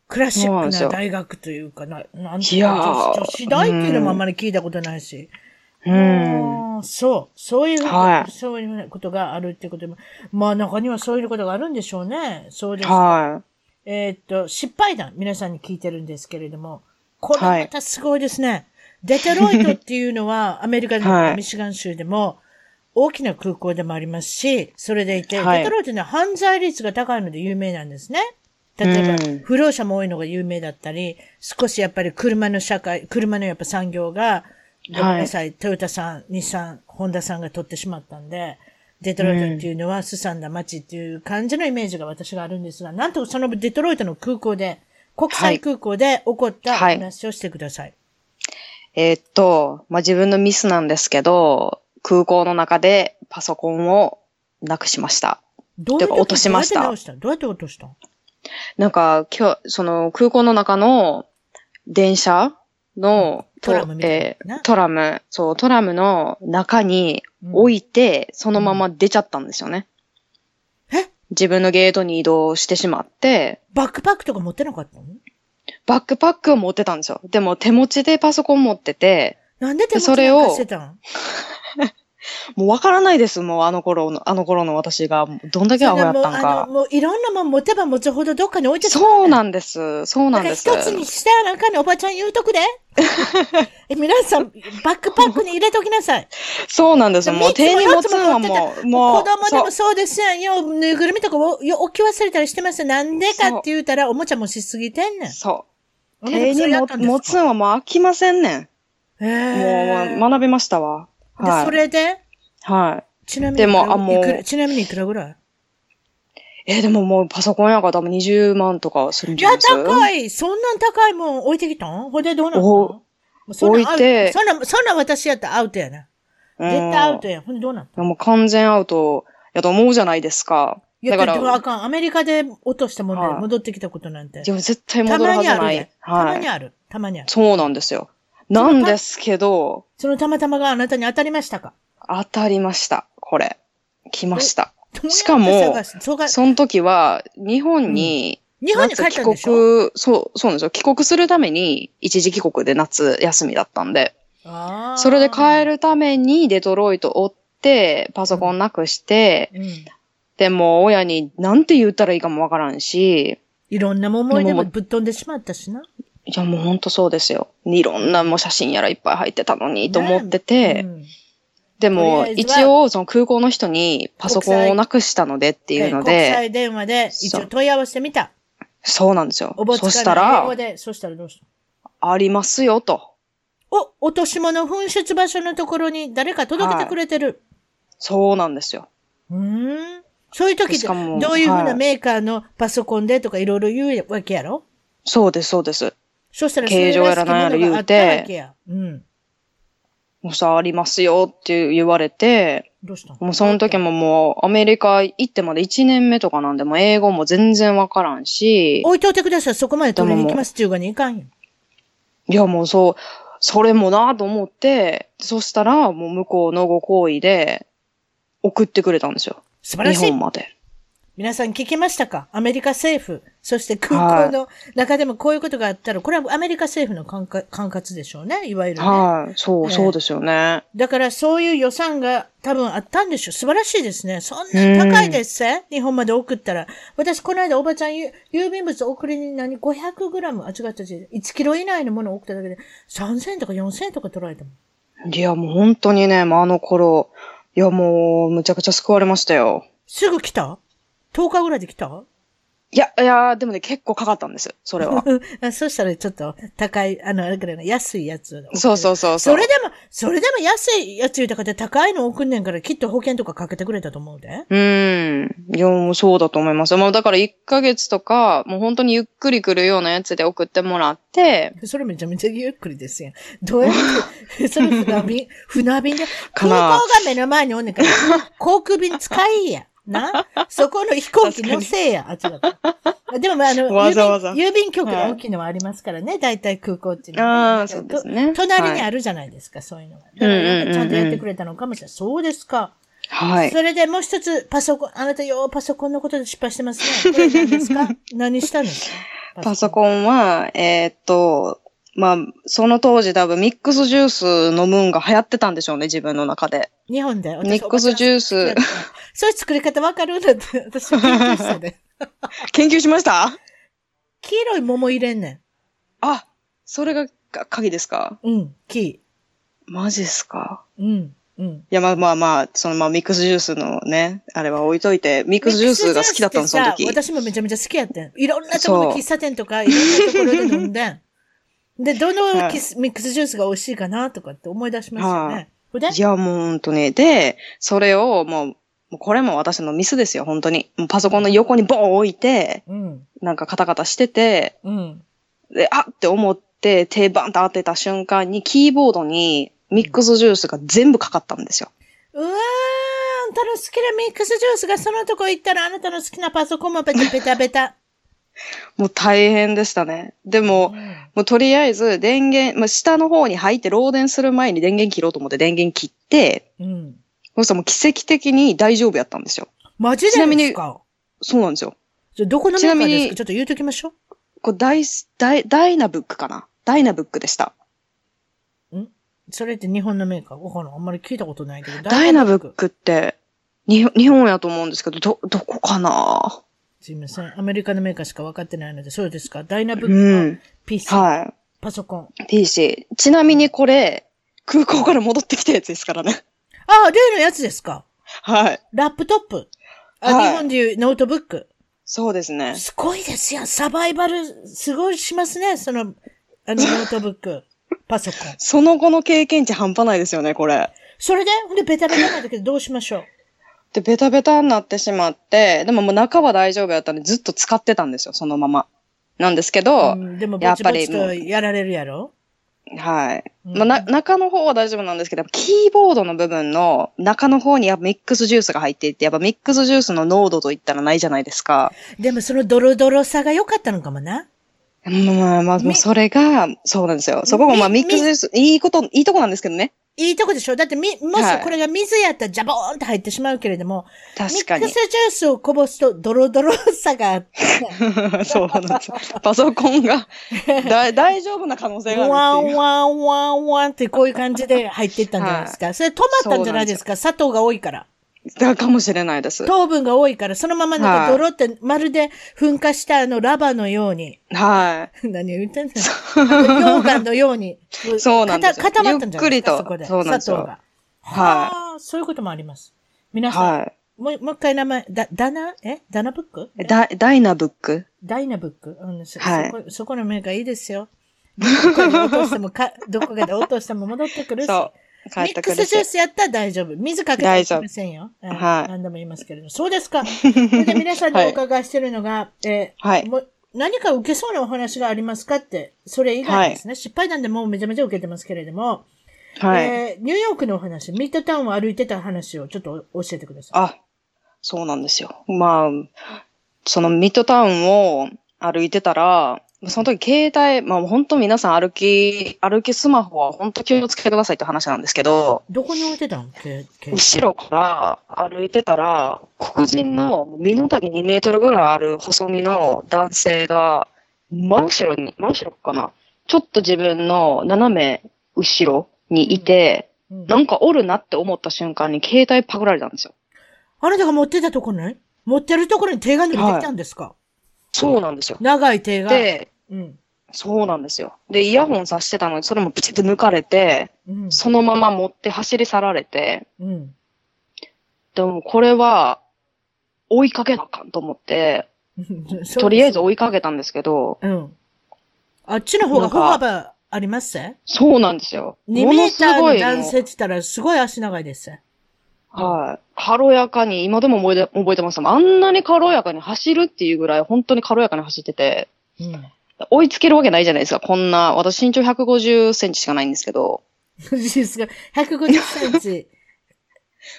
A: クラシ
B: そう
A: ッ
B: なん
A: ク
B: ですよ
A: な大学というかな、なんて
B: い
A: いう
B: や
A: か女子
B: ー
A: 女子大っていうのもあんまり聞いたことないし。
B: うん。
A: あーそう。そういう、
B: はい
A: そういうことがあるってことも。まあ中にはそういうことがあるんでしょうね。そうです。
B: は
A: えーっと、失敗談、皆さんに聞いてるんですけれども、これ
B: はい
A: またすごいですね。デトロイトっていうのは、 アメリカでも、
B: はい
A: ミシガン州でも、大きな空港でもありますし、それでいて、
B: はい
A: デトロイトのは犯罪率が高いので有名なんですね。例えば、
B: うん
A: 不老者も多いのが有名だったり、少しやっぱり車の社会、車のやっぱ産業が、ごめんなさい、トヨタさん、日産、ホンダさんが取ってしまったんで、デトロイトっていうのはすさんだ街っていう感じのイメージが私があるんですが、なんとそのデトロイトの空港で、国際空港で起こったお
B: はい
A: 話をしてください。
B: い。えーっと、まあ、自分のミスなんですけど、空港の中でパソコンをなくしました。
A: どう
B: てか落としました
A: どうやって直したどうやって落とした
B: なんか、今日、その空港の中の電車の、
A: トラムみたいな
B: えー
A: な
B: トラム、そう、トラムの中に置
A: い。
B: いて、そのまま出ちゃったんですよね。
A: え
B: 自分のゲートに移動してしまって、
A: バックパックとか持ってなかったの
B: バックパックを持ってたんですよ。でも手持ちでパソコン持ってて、
A: なんで手持ち
B: それ
A: で
B: を
A: 貸してたん
B: もうわからないです、もうあの頃の、あの頃の私が、もうどんだけアホやったん
A: それがもうあの、
B: か。
A: もういろんなもん持てば持つほどどっかに置いてた
B: そうなんです、そうなんです。
A: だから一つにしてやらんかね、おばちゃん言うとく で。え皆さん、バックパックに入れときなさい。
B: そうなんです、
A: 三つ
B: もう手に持
A: 四
B: つ
A: つも
B: の
A: 持
B: は
A: ってた
B: もう、も
A: 子
B: う、
A: 供で
B: そう
A: もそうですやんよ。ぬいぐるみとかをよ置き忘れたりしてますよ。なんでかって言うたら、おもちゃもしすぎてんねん。
B: そう。
A: おもちゃもそ
B: 手に
A: れや
B: も
A: ったんですか
B: 持つんはもう飽きませんね
A: へ
B: ん。も
A: え
B: う学びましたわ。
A: で、そ
B: はい。
A: れで、
B: は
A: ちなみに
B: でも
A: いくら
B: あもう
A: いくらちなみにいくらぐらい
B: い。えーでももうパソコンやから多分20万とかするんじゃ
A: や
B: ないです
A: 高いそんなん高いもん置いてきたんほんでどうなったん
B: お
A: もうそんなん
B: 置いて
A: アウトそんなん、そんなん私やったらアウトやな。絶対アウトやん。ほんでどうなったん
B: うんもう完全アウトやと思うじゃないですか。
A: いや、
B: だか
A: だ
B: ら
A: ってあかん。アメリカで落としたもの
B: は
A: で
B: い
A: 戻ってきたことなんて。
B: でも絶対
A: た
B: 戻る
A: ま
B: は
A: に
B: ず
A: ある
B: ない。
A: ね。た
B: は
A: まに
B: い。
A: ある。たまにある。
B: そうなんですよ。なんですけど、
A: そのたまたまがあなたに当たりましたか
B: 当たりました。これ。来ました。しか
A: どうや
B: も
A: って探すそうか
B: その時は、日本に、
A: 日本に帰
B: 夏
A: っ
B: 帰
A: たんで
B: 国、
A: しょ
B: そう、そうなんですよ。帰国するために、一時帰国で夏休みだったんで、
A: あー
B: それで帰るためにデトロイト追って、パソコンなくして、
A: うん。
B: でも親になんて言ったらいいかもわからんし、
A: いろんな思い出
B: で
A: も
B: も
A: ぶっ飛んでしまったしな。
B: いやもうほんとそうですよ。いろんなもう写真やらいっぱい入ってたのにと思ってて、
A: うん
B: で
A: と
B: も
A: りあえずは
B: 一応その空港の人にパソコンをなくしたのでって
A: えー
B: いうの
A: 国
B: で、
A: 際電話で一応問い合わせてみた。
B: そうなんですよ
A: おぼ。つか
B: そ
A: ない
B: した
A: 英語
B: ら、
A: で、そしたらどうした
B: ありますよと。
A: お、落とし物紛失場所のところに誰か届けてくれてる。
B: そうなんですよ。
A: うーん。そういう時っ、
B: してかも
A: どういうふう
B: は
A: ないメーカーのパソコンでとかいろいろ言うわけやろ
B: そうです、そうです。
A: そしたら、
B: 形状やら何やら言
A: それらしきものがあ
B: うて
A: ったわけや。うん。
B: もうさ、ありますよって言われて、
A: どうしたの
B: もうその時ももうアメリカ行ってまで1年目とかなんで、もう英語も全然わからんし、
A: 置いといてください。そこまで取りに行きますっていうかにいかんよ。
B: いやもうそう、それもなと思って、そしたらもう向こうのご行為で送ってくれたんですよ。
A: 素晴ら
B: 日
A: しい
B: 本。まで。
A: 皆さん聞きましたかアメリカ政府。そして空港の中でもこういうことがあったら、これはアメリカ政府の管轄管轄でしょうね。いわゆるね。
B: はい、そう、
A: ええ
B: そうですよね。
A: だからそういう予算が多分あったんでしょう。素晴らしいですね。そんな高いですぜ。日本まで送ったら。私、この間おばちゃんゆ郵便物送りに何 ?500 グラムあ、違った違う。1キロ以内のものを送っただけで3000とか4000とか取られたもん。
B: いやもう本当にね、もうあの頃、いやもうむちゃくちゃ救われましたよ。
A: すぐ来た ?10 日ぐらいで来た
B: いや、いや、でもね、結構かかったんです、それ は。
A: あそしたらちょっと高い、あの、あれくらいの安いやつを送る。
B: そうそうそう。
A: そうれでも、それでも安いやつ言うたかって高いの送んねんからきっと保険とかかけてくれたと思うで。
B: うん。いや、もうそうだと思います。もうだから1ヶ月とか、もう本当にゆっくり来るようなやつで送ってもらって、
A: それめちゃめちゃゆっくりですやん。どうやって、それ船便、船便で、
B: か
A: 空港
B: な
A: が目の前におんねんから、航空便使いや。なそこの飛行機乗せや。あ、違った。でも、まあ、あの、
B: わざわざ
A: 郵便郵便局の大きいのはありますからね、大体空港っていうのは。
B: ああ、そうですね。
A: 隣に
B: る。
A: あるじゃないですか、そういうのが。だからなんかちゃんとやってくれたのかもしれない。そうですか。
B: はい。
A: それでもう一つ、パソコン、あなたようパソコンのことで失敗してますね。これ何です か何したんですか
B: パソコンは、えーっと、まあ、その当時多分ミックスジュース飲むんが流行ってたんでしょうね、自分の中で。
A: ン。日本で。私
B: ミックスジュ
A: お
B: ー
A: ば
B: ス
A: ちゃん好きだっ、たそういう作り方わかるんだって、私研究した で。
B: 研究しました
A: 黄色い桃入れんね
B: あ、それがか鍵ですか
A: ん。うん、黄。
B: マジっすか
A: うん、うん。
B: いや、まあまあまあ、そのまあミックスジュースのね、あれは置いといて、ミックスジュースが好きだったの、その時
A: ミッ。クスジュースってさ私もめちゃめちゃ好きやってん。いろんなところの喫茶店とか、いろんなところで飲んで ん。で、どのキスミックスジュースが美味しいかなとかって思い出しますよ
B: は
A: ね。ほで
B: いや、もう本当に。で、それをもう、もうこれも私のミスですよ、本当に。もうパソコンの横にボーン置いて、
A: うん、
B: なんかカタカタしてて、
A: うん。
B: で、あって思って、手バンと当てた瞬間に、キーボードにミックスジュースが全部かかったんですよ。
A: うわー、あんたの好きなミックスジュースがそのとこ行ったらあなたの好きなパソコンもベタベタベ タ。
B: もう大変でしたね。で
A: う
B: も、
A: ん
B: もうとりあえず電源、まあ、下の方に入って漏電する前に電源切ろうと思って電源切って、
A: うん。
B: そしたらもう奇跡的に大丈夫やったんですよ。
A: マジで
B: ちなみ
A: で
B: に
A: すか
B: そうなんですよ。
A: じゃあどこのメー
B: ちな
A: カー
B: み
A: ですか
B: に
A: ちょっと言うときましょ
B: これダイス、ダイ、ダイナブックかなダイナブックでした。
A: う。それって日本のメーカーわからん。あんまり聞いたことないけど。
B: ダイナブッ。クって、に日本やと思うんですけど、ど、どこかな
A: すいません。アメリカのメーカーしか分かってないので、そうですか。ダイナブッ
B: う
A: クか
B: ん。
A: PC、
B: はい。
A: パソコン。
B: PC。ちなみにこれ、空港から戻ってきたやつですからね。
A: あ、例のやつですか
B: はい。
A: ラップトップ。あ、
B: はい
A: 日本でいうノートブック。
B: そうですね。
A: すごいですよ。サバイバル、すごいしますね。そ の、あの、ノートブック、パソコン。
B: その後の経験値半端ないですよね、これ。
A: それで、ほんで、ベタベタなんだけど、どうしましょう。
B: で、ベタベタになってしまって、でももう中は大丈夫やったんで、ずっと使ってたんですよ、そのまま。なんですけど、
A: うんでも、ぼ
B: やっ
A: ちぼ
B: ぱり
A: ちとやられるやろ
B: はい。
A: うん
B: まあ、な、中の方は大丈夫なんですけど、やっぱキーボードの部分の中の方にやっぱミックスジュースが入っていて、やっぱミックスジュースの濃度といったらないじゃないですか。
A: でもそのドロドロさが良かったのかもな。
B: まあまあ、もう
A: み
B: それが、そうなんですよ。そこがまあ
A: み
B: ミックスジュース、いいこと、いいとこなんですけどね。
A: いいとこでしょだってみ、も
B: は
A: し
B: い
A: これが水やったらジャボーンって入ってしまうけれども、
B: 確か
A: ミッ
B: に
A: ク。スジュースをこぼすとドロドロさがあって、
B: そうなんですよ。パソコンが、だ大丈夫な可能性が
A: ワ
B: あるって
A: ン
B: いう。
A: ワンワンワンってこういう感じで入っていったんじゃないですか。それ止まったんじゃないですか砂糖が多いから。
B: だかもしれないです。
A: 糖分が多いから、そのままなんか泥ってまるで噴火したあのラバのように、
B: は
A: 何を言ってんの溶岩のように。
B: そうなんですよ
A: 固固まったんじゃないですか
B: ゆっくりと
A: そこで。
B: そうなんです
A: 砂
B: よ
A: 糖が。
B: は
A: あーそういうこともあります。
B: い。
A: 皆さん、
B: は
A: もう、もう一回名前、だ、ダナ、えダナブック
B: い。ダダイナブック
A: ダイナブックうん、そ、
B: はい
A: そこ、そこの目がいいですよ。どこかで落として も、か、どこかで落としても戻ってくるし。
B: そう。帰
A: ミ
B: って
A: ッ
B: く
A: クス
B: るし
A: ジュー。スやったら大丈夫。水かけてはいけませんよ。うん
B: 丈夫はい
A: 何でも言いますけれども。そうです か。それで皆さんにお伺いしてるのが、えー
B: はい
A: もう何か受けそうなお話がありますかって、それ以外ですね。失敗談でもうめちゃめちゃ受けてますけれども、
B: はい。
A: えーニューヨークのお話、ミッドタウンを歩いてた話をちょっと教えてください。
B: あ、そうなんですよ。まあ、そのミッドタウンを歩いてたら、その時携帯、まあ本当皆さん歩き、歩きスマホは本当気をつけてくださいって話なんですけど、
A: どこに置いてたんけけ
B: 後ろから歩いてたら、黒人の身の丈2メートルぐらいある細身の男性が、真後ろに、真後ろかなちょっと自分の斜め後ろにいて、
A: うん
B: なんかおるなって思った瞬間に携帯パクられたんですよ。
A: あなたが持ってたところに持ってるところに手が抜けてきたんですか、
B: そうなんですよ。
A: 長い手が。
B: で、
A: うん。
B: そうなんですよ。で、イヤホンさしてたのに、それもプチって抜かれて、
A: うん。
B: そのまま持って走り去られて、
A: うん。
B: でもこれは、追いかけなあかんと思って、
A: そう
B: とりあえず追いかけたんですけど、
A: うん。あっちの方が
B: なんか
A: 歩幅ありますせ
B: そうなんですよ。
A: 2
B: も
A: メ
B: の
A: ー
B: す
A: ター
B: ご
A: の
B: いもう
A: 男性って言ったらすごい足長いです。
B: はい。軽やかに、今でも覚えて覚えてますもん。あんなに軽やかに走るっていうぐらい、本当に軽やかに走ってて、
A: うん。
B: 追いつけるわけないじゃないですか。こんな、私身長150センチしかないんですけど、
A: す ごい。150センチ。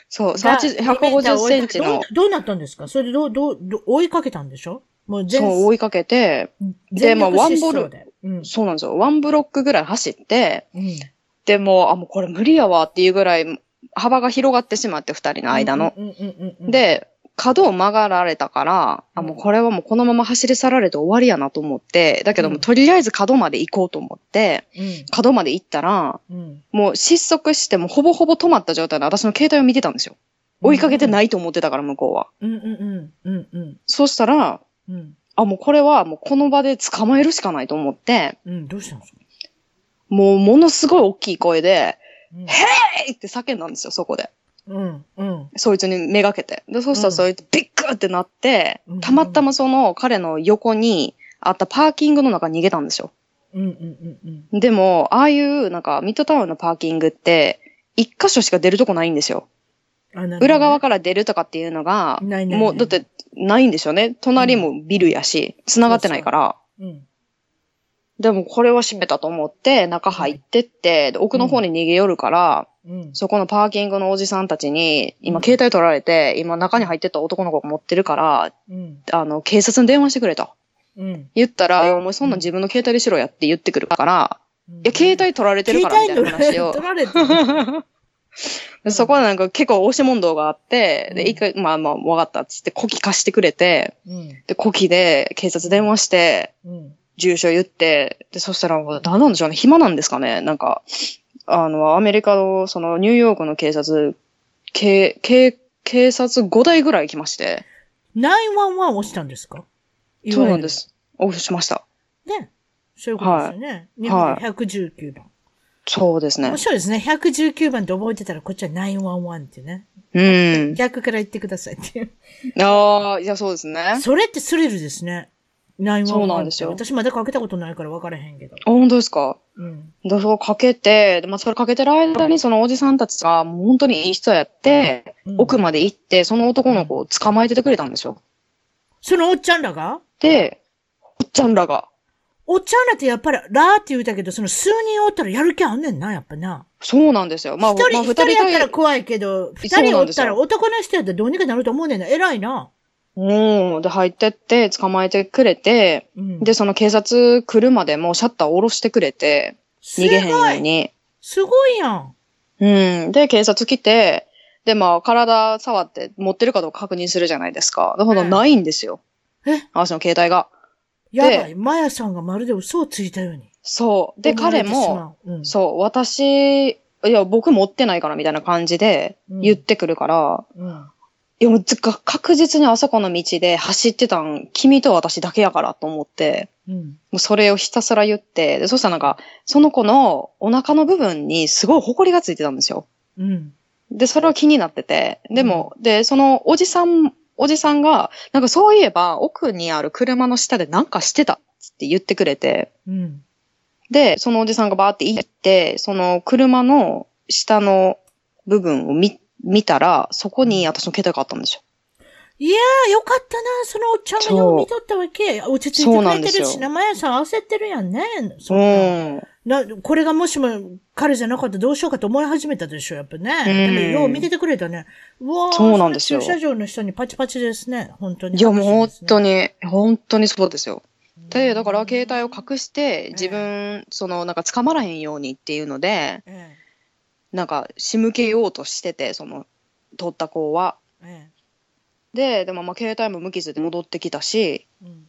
B: そう、
A: が2
B: 30
A: メーター
B: 150
A: 追い
B: セ
A: か
B: ン
A: け
B: チの、
A: どう。どうなったんですかそれでどう、どう、どう追いかけたんでしょもう全
B: そう、追いかけて、
A: 全
B: でまあ
A: 力疾走
B: ワンボ
A: でうん。
B: そうなんですよ。ワンブロックぐらい走って、
A: うん。
B: でもう、あ、もうこれ無理やわっていうぐらい幅が広がってしまって、二人の間の。
A: うんうんうんうん。、
B: で、角を曲がられたから、あ、もうこれはもうこのまま走り去られて終わりやなと思って、だけども
A: うん
B: とりあえず角まで行こうと思って、
A: うん。
B: 角まで行ったら、
A: うん。
B: もう失速して、もうほぼほぼ止まった状態で私の携帯を見てたんですよ。追いかけてないと思ってたから、向こうは。
A: うんうんうんうんうん
B: そうしたら、
A: うん
B: あ、もうこれはもうこの場で捕まえるしかないと思って、
A: うんどうしたんですか
B: もうものすごい大きい声で、
A: うん
B: えいって叫んだんですよ、そこで。
A: うんうん
B: そいつにめがけて。で、そうした
A: う
B: ら
A: ん
B: そいつビッグってなって
A: うん、
B: たまたまその彼の横にあったパーキングの中に逃げたんですよ。
A: うんうんうん
B: でも、ああいうなんかミッドタウンのパーキングって、一箇所しか出るとこないんですよ。
A: うんあ。
B: 裏側
A: か
B: から出るとかっていうのが、
A: ないない
B: も
A: な
B: う
A: い
B: だってないんですよね。隣もビルやし、繋がってないから。
A: ら。うん
B: でもこれは閉めたと思って、中入ってって、で奥の方に逃げ寄るから、
A: うん。
B: そこのパーキングのおじさんたちに、今携帯取られて、今中に入ってった男の子が持ってるから、
A: うん
B: あの、警察に電話してくれと。
A: うん。
B: 言ったら、いやお前そんなん自分の携帯でしろやって言ってくるから、
A: い
B: いや、携帯取られてるからみたいな話 を
A: 取。られてる。
B: でそこはなんか結構押し問答があって、
A: うん
B: で、一回、まあまあ、わかったっつって、呼気貸してくれて、
A: うん。
B: で、呼気で警察電話して、
A: うん。
B: 住所言って、で、そしたら、もう何なんでしょうね、暇なんですかね、なんか、あの、アメリカの、その、ニューヨークの警察、警、警、警察5台ぐらい来まして、
A: 911押したんですか
B: そうなんで。す。オフしました。
A: いわゆるね。そういうことですよね。日本で119番。
B: そうですね
A: 面。白いですね。119番って覚えてたら、こっちは911っていうね。
B: うん。
A: 逆から言ってくださいっていう。
B: ああ、いや、そうですね。
A: それってスリルですね。911って。
B: そうなんですよ
A: 私まだかけたことないから分からへんけど。
B: あ本当ですか。
A: うん。
B: で、それをかけて、でまあ、それかけてる間に、そのおじさんたちが、もう本当にいい人やって、
A: うん
B: 奥まで行って、その男の子を捕まえててくれたんですよ。
A: そのおっちゃんらが
B: で、おっちゃんらが、
A: おっちゃんらってやっぱり、ラーって言うたけど、その数人おったらやる気あんねんな、やっぱな。
B: そうなんですよ。まあ、
A: 一
B: ま
A: 人、
B: あ、
A: 一人やったら
B: で
A: 怖いけど、二
B: そう
A: 人
B: な
A: お
B: ん
A: っ
B: ですよ
A: たら男の人やったらどうにかなると思うねんな。偉いな。
B: うん。で、入ってって、捕まえてくれて、
A: うん。
B: で、その警察来るまでもうシャッター下ろしてくれて、
A: す
B: 逃げへんよ
A: ご
B: う
A: い。
B: に。
A: すごいやん。
B: うん。で、警察来て、で、まあ、体触って持ってるかどうか確認するじゃないですか。だから
A: うん
B: ないんですよ。
A: え
B: あ、その携帯が。
A: やばい。マヤさんがまるで嘘をついたように。
B: そう。で、彼も、
A: 思われてし
B: そう、私、いや、僕持ってないからみたいな感じで
A: うん
B: 言ってくるから、
A: まう、うん。
B: いや、もうずか確実にあそこの道で走ってたん、君と私だけやからと思って、
A: うん。
B: もうそれをひたすら言って、で、そしたらなんか、その子のお腹の部分にすごい埃がついてたんですよ。
A: うん。
B: で、それを気になってて、でも、で、そのおじさん、おじさんが、なんかそういえば、奥にある車の下でなんかしてたっつって言ってくれて、
A: うん。
B: で、そのおじさんがバーって行って、その車の下の部分を見、見たら、そこに私の携帯があったんですよ。
A: いやー、よかったな。そのおっちゃんがよう見とったわけ。落ち着いてくれてるし
B: そうなんです
A: な。マヤさん焦ってるやんね。そん
B: うん。
A: ななこれがもしも彼じゃなかったらどうしようかと思い始めたでしょ、やっぱね。
B: うん
A: でもよう見ててくれたね。うわー
B: そうなんですよ
A: それ駐車場の人にパチパチですね。本当に。
B: いや、もう本当
A: に。
B: に、本当にそうですよ。で、だから携帯を
A: く。
B: 隠して、自分、その、なんか捕まらへんようにっていうので、
A: え
B: なんか仕向けようとしてて、その、取った子は。
A: ええ
B: で、でもまあ携帯も無傷で戻ってきたし、
A: えうん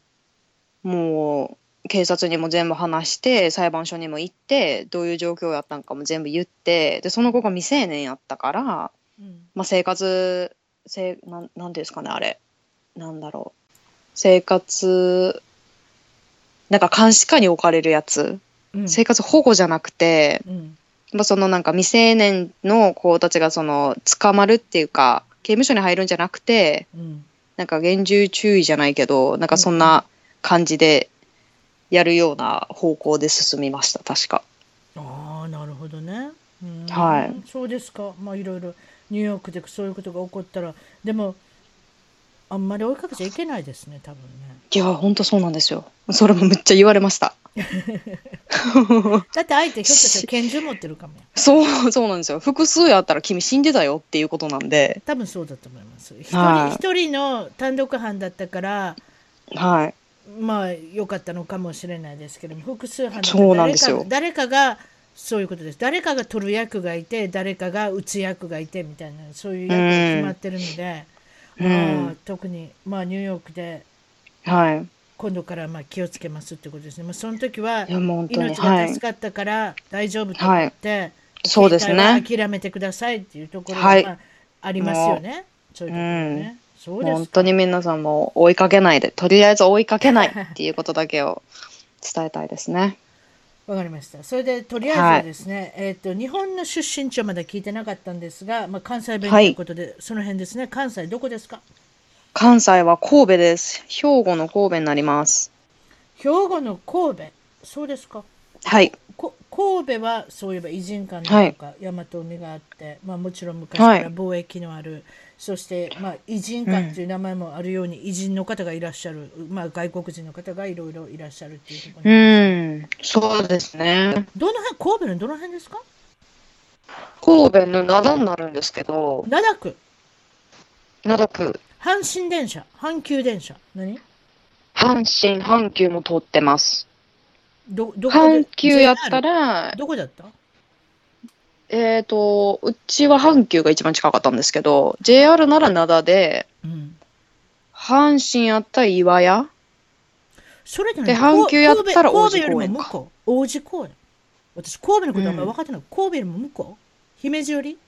B: もう警察にも全部話して、裁判所にも行って、どういう状況やったんかも全部言って、で、その子が未成年やったから、
A: うん
B: まあ生活、せいなん、なんていうんですかね、あれ。なんだろう。生活、なんか監視下に置かれるやつ。
A: うん
B: 生活保護じゃなくて、
A: うん
B: まあ、そのなんか未成年の子たちがその捕まるっていうか刑務所に入るんじゃなくて
A: うん
B: なんか厳重注意じゃないけどなんかそんな感じでやるような方向で進みました確か
A: ああ、なるほどね。うん
B: はい。
A: そうですか。まあ、いろいろニューヨークでそういうことが起こったら、でも、あんまり追いかけちゃいけないですね、多分ね。
B: いや本当そうなんですよそれもめっちゃ言われました
A: だって相手、ひょっと したら拳銃持ってるかもや。
B: そうそうなんですよ複数やったら君死んでたよっていうことなんで
A: 多分そうだと思います。一
B: は
A: 人
B: い
A: 一人の単独犯だったから、
B: はい
A: まあ、良かったのかもしれないですけども、複数犯だった
B: そう
A: ら
B: なん
A: 誰
B: です
A: か
B: よ
A: 誰かが、そういうことです。誰かが取る役がいて、誰かが打つ役がいてみたいな、そういう役が決まってるので、
B: うん
A: まあ、特に、まあ、ニューヨークで、
B: はい
A: 今度からまあ気をつけますってことですね。まあ、その時はい
B: やもう本当に
A: 命
B: は
A: が
B: い
A: 助かったから大丈夫と思って、
B: そうです
A: 携帯
B: ね
A: は諦めてくださいっていうところが、
B: はい
A: まあ、ありますよね。そういうところね。そうですか
B: 本当に皆さんも追いかけないでとりあえず追いかけないっていうことだけを伝えたいですね。
A: わかりました。それで、とりあえずはですね、えっ、と、日本の出身地はまだ聞いてなかったんですが、まあ、関西弁ということで、その辺ですね。関西どこですか
B: 関西は神戸です。兵庫の神戸になります。
A: 兵庫の神戸。そうですか。
B: はい。
A: こ神戸はそういえば偉人館だとか、大和海があって、まあ、もちろん昔か
B: はい
A: ら貿易のある、そして、まあ、偉人館という名前もあるように、偉人の方がいらっしゃる、まあ、外国人の方がいろいろいらっしゃるっていうとこ
B: う
A: ろに、
B: ん。そうですね。
A: どの辺神戸のどの辺ですか
B: 神戸の灘になるんですけど、
A: 灘区
B: 灘区、
A: 阪神電車阪急電車何
B: 阪神、阪急も通ってます。
A: どどこで
B: 阪急やった
A: JR？
B: ら、
A: どこだった
B: えっ、と、うちは阪急が一番近かったんですけど、JR なら灘で、
A: うん
B: 阪神やったら岩屋
A: それで
B: で阪急やったら王子公
A: 神
B: 園か
A: 戸よりも向こう王子公園私神戸のことあんまり分かってない、神戸よりも向こう姫路より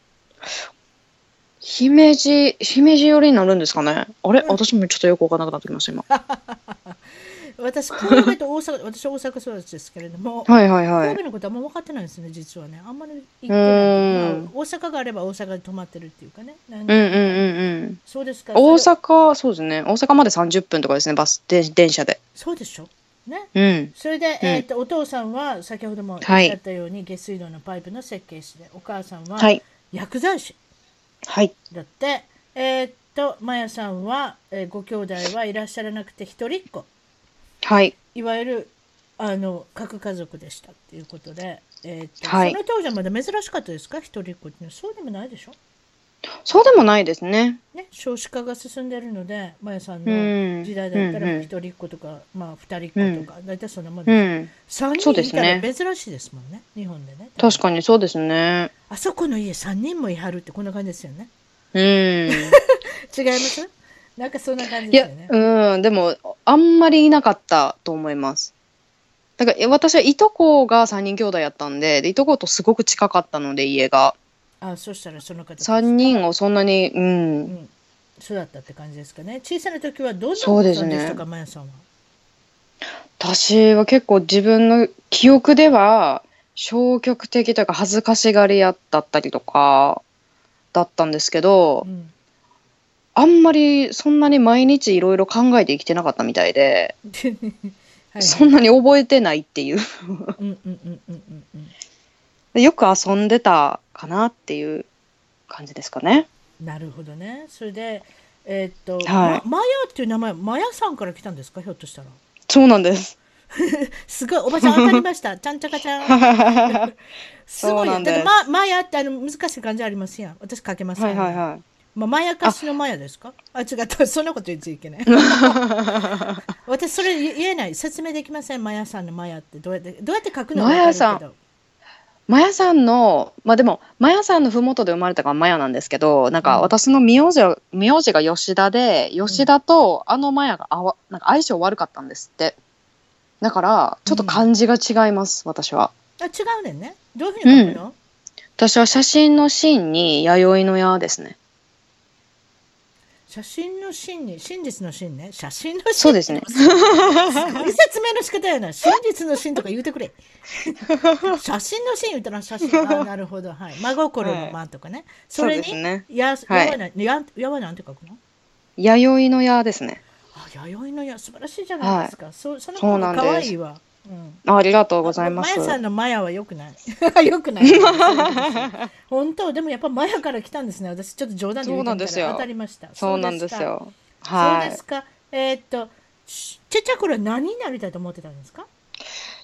B: 姫路、姫路寄りになるんですかねあれ
A: うん
B: 私もちょっとよくわからなくなってきました、今。
A: 私、神戸と大阪、私は大阪育ちですけれども、
B: はいはいは
A: 神
B: い。
A: 戸のことあんま分かってないんですね、実はね。あんまり行って
B: う
A: ない。
B: ーん
A: まあ大阪があれば大阪で泊まってるっていうかね。なん
B: うんうんうんうん。
A: そうですか。
B: 大
A: それ
B: 阪、そうですね。大阪まで30分とかですね、バス、で電車で。
A: そうでしょ。ね。
B: うん。
A: それで、えっと、お父さんは先ほどもおっ
B: はい
A: しゃったように、下水道のパイプの設計士で、お母さんは
B: はい。
A: 薬剤師
B: はい。
A: だって、えっと、まやさんは、えーご兄弟はいらっしゃらなくて、一人っ子。
B: はい。
A: いわゆるあの核家族でしたっていうことで、えーと
B: はい
A: その当時はまだ珍しかったですか一人っ子っていうのはそうでもないでしょ、
B: そうでもないですね。
A: ね、少子化が進んでるのでマヤさん
B: う
A: の
B: ん。
A: 時代だった
B: うん
A: ら
B: うん
A: 一人っ子とか、まあ、二人っ子とか、大体そんなもん
B: う
A: で
B: ん。
A: す、3
B: そう
A: 人
B: で
A: い
B: す
A: たら
B: ね
A: 珍しいですもんね日本でね
B: 確かにそうですね。
A: あそこの家3人もいはるってこんな感じですよね
B: うん。
A: 違いますなんかそんな感じ
B: い
A: です
B: や
A: よね、
B: うん、でも、あんまりいなかったと思います。だから、え私はいとこが3人兄弟やったんで、でいとことすごく近かったので、家が。
A: あそしたらその方たち
B: 3人をそんなに、う。
A: うんん、育ったって感じですかね小さな時はどんな
B: そう
A: お
B: で
A: 子さ
B: す
A: ん
B: ね
A: でしたか、マヤさんは
B: 私は結構自分の記憶では、消極的というか恥ずかしがり屋だったりとか、だったんですけど
A: う、ん
B: あんまりそんなに毎日いろいろ考えて生きてなかったみたいで、
A: で はい、
B: そんなに覚えてないっていう。
A: うんうんうんうんうんう
B: よく遊んでたかなっていう感じですかね。
A: ん。なるほどね。それで、えーっと、
B: はい
A: まマヤっていう名前、マヤさんから来たんですか、ひょっとしたら。
B: そうなん です。
A: すごい、おばちゃん当たりま した。ちゃんちゃかちゃん。
B: は
A: すごい
B: そうな
A: よ。
B: ん
A: だ
B: で
A: っ
B: す
A: て、ま、マヤってあの難しい漢字ありますやん。私書けま
B: い
A: すか
B: は
A: ら
B: い
A: ね
B: は
A: まあ、マヤかしのマヤですかあ、違った。そんなこと言っちゃい けない。私、それ言えない。説明できません。マヤさんのマヤって。どうやって、どうやって書くのかわかるけど。
B: マヤさんい。マヤさんの、まあでも、マヤさんのふもとで生まれたからマヤなんですけど、なん
A: う
B: か
A: ん
B: 私の名字は、名字が吉田で、吉田とあのマヤがあわ、なんか相性悪かったんですって。だから、ちょっと漢字が違います、私は。
A: あ、違うねんね。どういうふうに書くの、
B: 私は写真の真に弥生の矢ですね。
A: 写真の真に真実の真ね写真の真
B: そうですね
A: すごい説明の仕方やな真実の真とか言うてくれ 写真の真言うたら写真あなるほどはい真心の間とかね、それ
B: そうです
A: に、
B: ね。
A: や
B: はい
A: やわなややわなんて書くの
B: 弥生の矢ですね。
A: あ弥生のや素晴らしいじゃないですか、そその
B: そ
A: 子
B: う
A: が
B: なんです
A: 可愛いわうん
B: あありがとうございます。
A: マヤさんのマヤは良くない。 良くない。本当、でもやっぱマヤから来たんですね。私ちょっと冗談で言
B: そう
A: た
B: な
A: み
B: んで
A: た
B: す
A: い
B: よ
A: 当たりました。
B: そうなんです
A: か
B: よ。
A: そう
B: は
A: で
B: い
A: す。か。えーっと、ちちっちゃい頃は何になりたいと思ってたんですか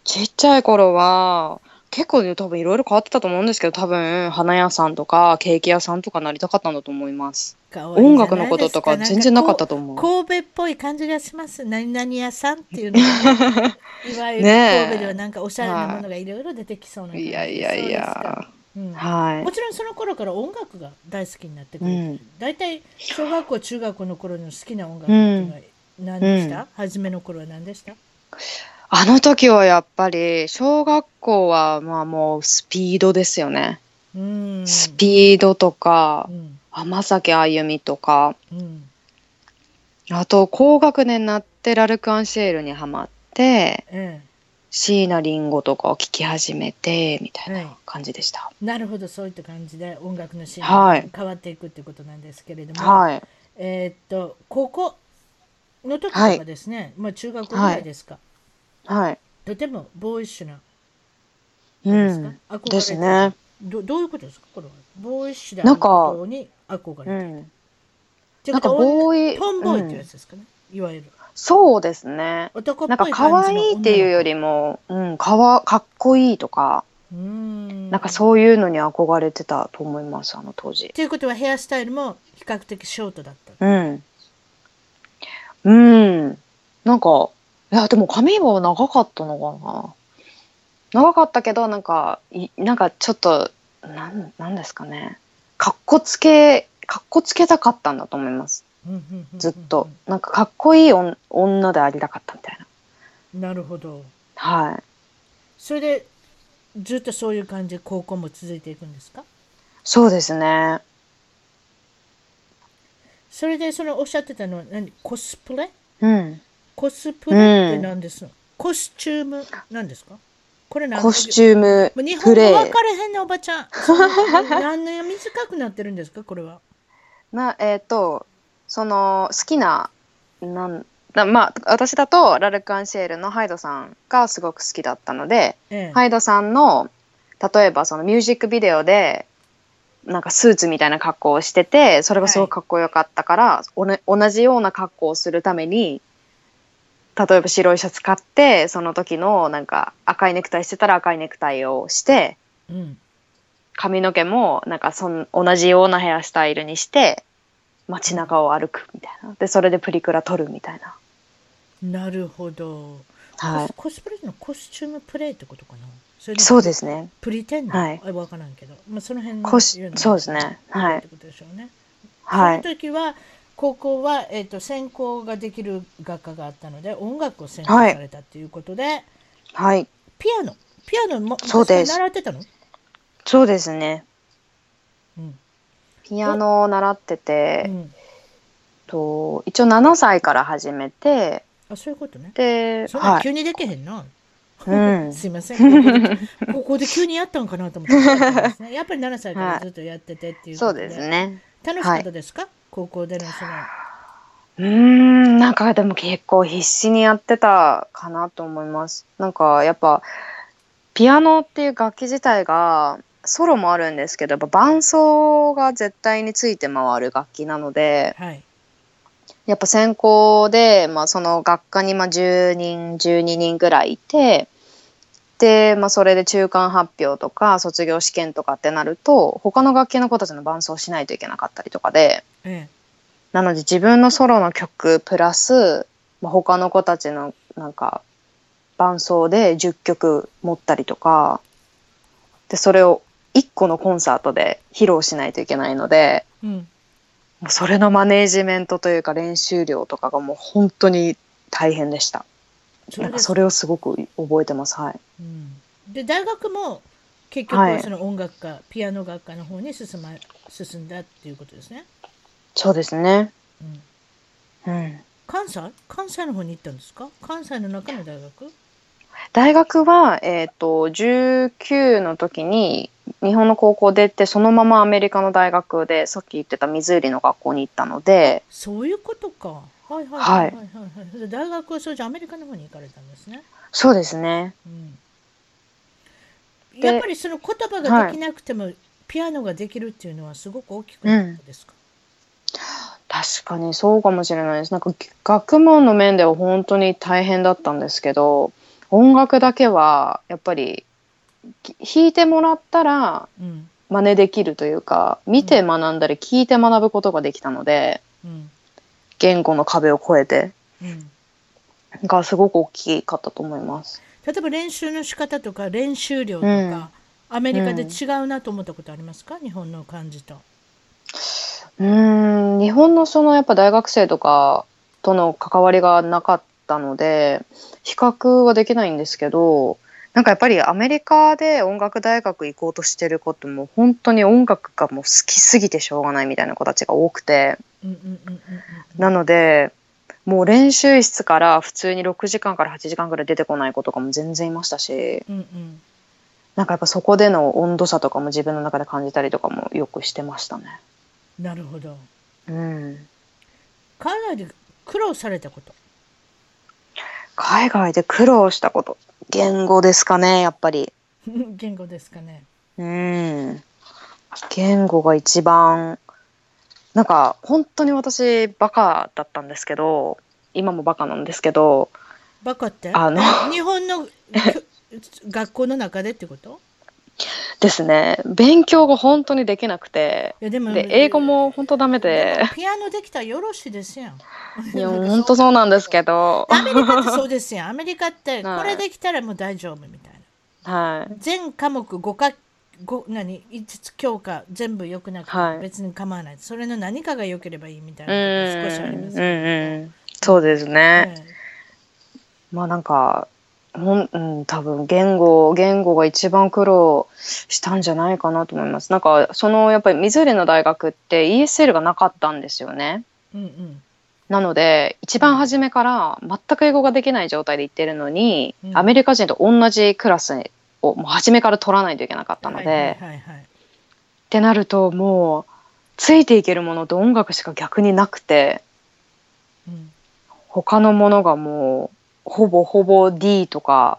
B: ちっちゃい頃は、結構ね多分いろいろ変わってたと思うんですけど、多分花屋さんとかケーキ屋さんとかなりたかったんだと思います。音楽のこととか全然なかった
A: と
B: と思う。
A: 神戸っぽい感じがします。何々屋さんっていうのが、 いわゆる
B: ねえ
A: 神戸ではなんかおしゃれなものがいろいろ出てきそうな感じ
B: いやいや
A: そう
B: いや。
A: ですかうん
B: は
A: もちろんその頃から音楽が大好きになってく
B: い。う
A: る。
B: ん。
A: 大体小学校中学校の頃の好きな音楽っていうのは何でした、
B: うん
A: 初めの頃は何でした
B: あの時はやっぱり、小学校はまあもうスピードですよね。
A: うん。
B: スピードとか
A: う、ん。
B: 甘崎あゆみとか、
A: うん。
B: あと高学年になってラルクアンシエルにハマって、
A: ええ。
B: 椎名林檎とかを聴き始めて、みたい
A: はい
B: な感じでした。
A: なるほどそういった感じで音楽のシーン
B: は
A: が
B: い
A: 変わっていくっていうことなんですけれども、
B: はい。
A: えーっと高校の時とかですね、まあ中学校ぐらいですか、
B: はい。
A: とてもボーイッシュな
B: う
A: ですか
B: ん。
A: 憧れて
B: ですね。
A: どどういうことですかこれはボーイッシュであ
B: なん
A: る
B: か
A: ことに憧れて
B: う
A: る、
B: ん。
A: て
B: なんか
A: ことは
B: ボーイ、
A: トンボーイって
B: う
A: や
B: ん
A: つですかね、いわゆる
B: そうですね。
A: 男っ
B: なん
A: ぽ
B: か
A: い感
B: 可
A: じの女の子
B: 愛いっていうよりも、うん、かわ、かっこいいとか、
A: うーん
B: なんかそういうのに憧れてたと思います、あの当時。
A: ということはヘアスタイルも比較的ショートだった
B: うん。うん。なんか、いや、でも髪は長かったのかな。長かったけど、なんか、いなんかちょっと、なん、なんですかね。かっこつけ、かっこつけたかったんだと思います。
A: うんうんうんうん
B: ずっと。なんかかっこいい女女でありたかったみたいな。
A: なるほど
B: はい。
A: それでずっとそういう感じで高校も続いていくんですか
B: そうですね。
A: それでそのおっしゃってたのは何コスプレ
B: うん。
A: コスプレって何ですの、コスチュームなんですかこれ何
B: コスチューム、
A: もう日本
B: プ
A: 語
B: レ
A: 分
B: イ
A: か。れへんのおばち ゃんその何年短くなってるんですかこれは
B: な、えっ、と、その、好きな、なん、なまあ、私だと、ラルク・アンシエルのハイドさんがすごく好きだったので、
A: ええ、
B: ハイドさんの、例えばそのミュージックビデオで、なんかスーツみたいな格好をしてて、それがすごくかっこよかったから、おね同じような格好をするために、例えば白いシャツ買ってその時のなんか赤いネクタイしてたら赤いネクタイをして
A: うん
B: 髪の毛もなんかそん同じようなヘアスタイルにして街中を歩くみたいなでそれでプリクラ撮るみたいな、
A: なるほど、
B: は
A: コスコスプレのコスチュームプレイってことかなそれ
B: い、そうですすね
A: プリテンダー、
B: はい
A: あ分からんけど、まあ、その辺
B: コス
A: いの
B: そうですねはい
A: ってことでしょうね
B: はい
A: その時は高校は、えー、と専攻ができる学科があったので音楽を専攻
B: はい
A: されたということで、
B: はい
A: ピアノピアノも
B: そうです
A: 習ってたの、
B: そうですね
A: うん
B: ピアノを習ってて、
A: うん、
B: と一応7歳から始めて
A: あそういうことね
B: で
A: そんな
B: はい
A: 急にできへんな、
B: う ん
A: すいませんここでここで急にやったんかなと思ってやっぱり7歳からずっとやっててっていう
B: そ
A: こ
B: う
A: と
B: ですね
A: 楽しかったですか、高校でのその
B: うーん、なんかでも結構必死にやってたかなと思います。なんかやっぱ、ピアノっていう楽器自体が、ソロもあるんですけど、やっぱ伴奏が絶対について回る楽器なので、
A: はい
B: やっぱ専攻で、まあその学科にまあ10人、12人ぐらいいて、で、まあそれで中間発表とか卒業試験とかってなると、他の楽器の子たちの伴奏をしないといけなかったりとかで、
A: ええ
B: なので自分のソロの曲プラス、まあ、他の子たちのなんか伴奏で10曲持ったりとかでそれを1個のコンサートで披露しないといけないので
A: うん
B: もうそれのマネージメントというか練習量とかがもう本当に大変でした
A: それ
B: なん
A: で
B: かそれをすごく覚えてますはい
A: うん、で大学も結局
B: は
A: はいその音楽科、ピアノ学科の方に進,、ま、進んだっていうことですね、
B: そうですね
A: うん、
B: うん
A: 関西関西の方に行ったんですか関西の中の大学
B: 大学は、えっと19の時に日本の高校出てそのままアメリカの大学でさっき言ってたミズーリの学校に行ったので
A: そういうことかはいはいは
B: はいい
A: はいはい、で大学はそれじゃアメリカの方に行かれたんですね、
B: そうですね
A: うん、
B: で
A: やっぱりその言葉ができなくても、ピアノができるっていうのはすごく大きくなったんですか、
B: 確かにそうかもしれないですなんか学問の面では本当に大変だったんですけど音楽だけはやっぱりき弾いてもらったら
A: うん
B: 真似できるというか見て学んだり聞いて学ぶことができたので
A: うん
B: 言語の壁を越えて
A: うん、
B: がすごく大きかったと思います。
A: 例えば練習の仕方とか練習量とか、
B: うん
A: アメリカで違うなと思ったことありますか、日本の感じと。
B: うーん日本のそのやっぱ大学生とかとの関わりがなかったので比較はできないんですけどなんかやっぱりアメリカで音楽大学行こうとしてる子ってもう本当に音楽がもう好きすぎてしょうがないみたいな子たちが多くて
A: うんうんうんうんうん
B: なのでもう練習室から普通に6時間から8時間ぐらい出てこない子とかも全然いましたし
A: うんうん
B: なんかやっぱそこでの温度差とかも自分の中で感じたりとかもよくしてましたね。
A: なるほど。
B: うん
A: 海外で苦労されたこと。
B: 海外で苦労したこと言語ですかねやっぱり
A: 言語ですかね。
B: うん言語が一番なんか本当に私バカだったんですけど今もバカなんですけど
A: バカって
B: あの
A: 日本の 学校の中でってこと
B: ですね勉強が本当にできなくて
A: いやでも
B: で英語も本当ダメで
A: でもピアノできたらよろしいですやん。
B: いや本当そうなんですけど
A: アメリカってそうですやん。アメリカって
B: はい
A: これできたらもう大丈夫みたいな。
B: はい
A: 全科目5か5何5つ教科全部良くなくて
B: は
A: も
B: い
A: 別に構わない、それの何かが良ければいいみたい
B: うん
A: なとこ少しあります
B: う
A: けど
B: んうんそうですね、
A: ええ
B: まあなんか、ほん、うん、多分言語、言語が一番苦労したんじゃないかなと思います。なんか、その、やっぱりミズーリの大学って ESL がなかったんですよね。
A: うんうん
B: なので、一番初めから全く英語ができない状態で行ってるのに、
A: うん
B: アメリカ人と同じクラスをもう初めから取らないといけなかったので、
A: はいはいはいはい
B: ってなるともう、ついていけるものって音楽しか逆になくて、
A: うん
B: 他のものがもうほぼほぼ D とか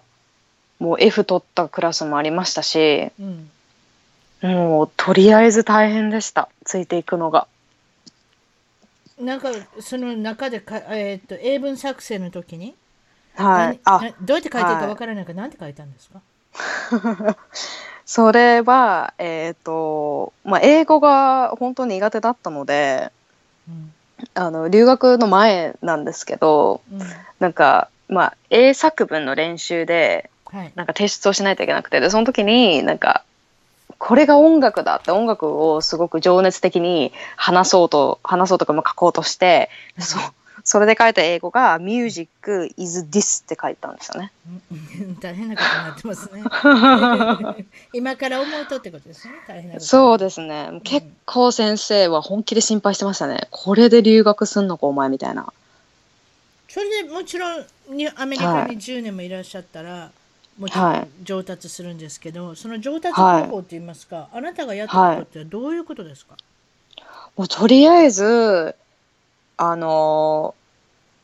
B: もう F 取ったクラスもありましたし
A: うん
B: もうとりあえず大変でしたついていくのが
A: なんかその中でか、えーっと英文作成の時に
B: は
A: 何
B: い。あ、
A: などうやって書いてるか
B: はい
A: わからないから、なんて書いたんですか
B: それは、えっ、と、まあ、英語が本当に苦手だったので、
A: うん
B: あの、留学の前なんですけど、
A: うん
B: なんか、まあ、英作文の練習で、
A: はい。
B: なんか提出をしないといけなくて、で、その時になんか、これが音楽だって音楽をすごく情熱的に話そうと、話そうとかも書こうとして、そう、それで書いた英語が music is this って書いたんですよね。
A: うん 大変なことになってますね。 今から思うとってことですね。大変なこと。
B: そうですね。結構先生は本気で心配してましたね。これで留学すんのかお前みたいな。
A: それでもちろんにアメリカに10年もいらっしゃったら、もちろ
B: は
A: ん
B: い
A: 上達するんですけど、その上達方法といいますか、あなたがやったことってどういうことですか、
B: もうとりあえず、あの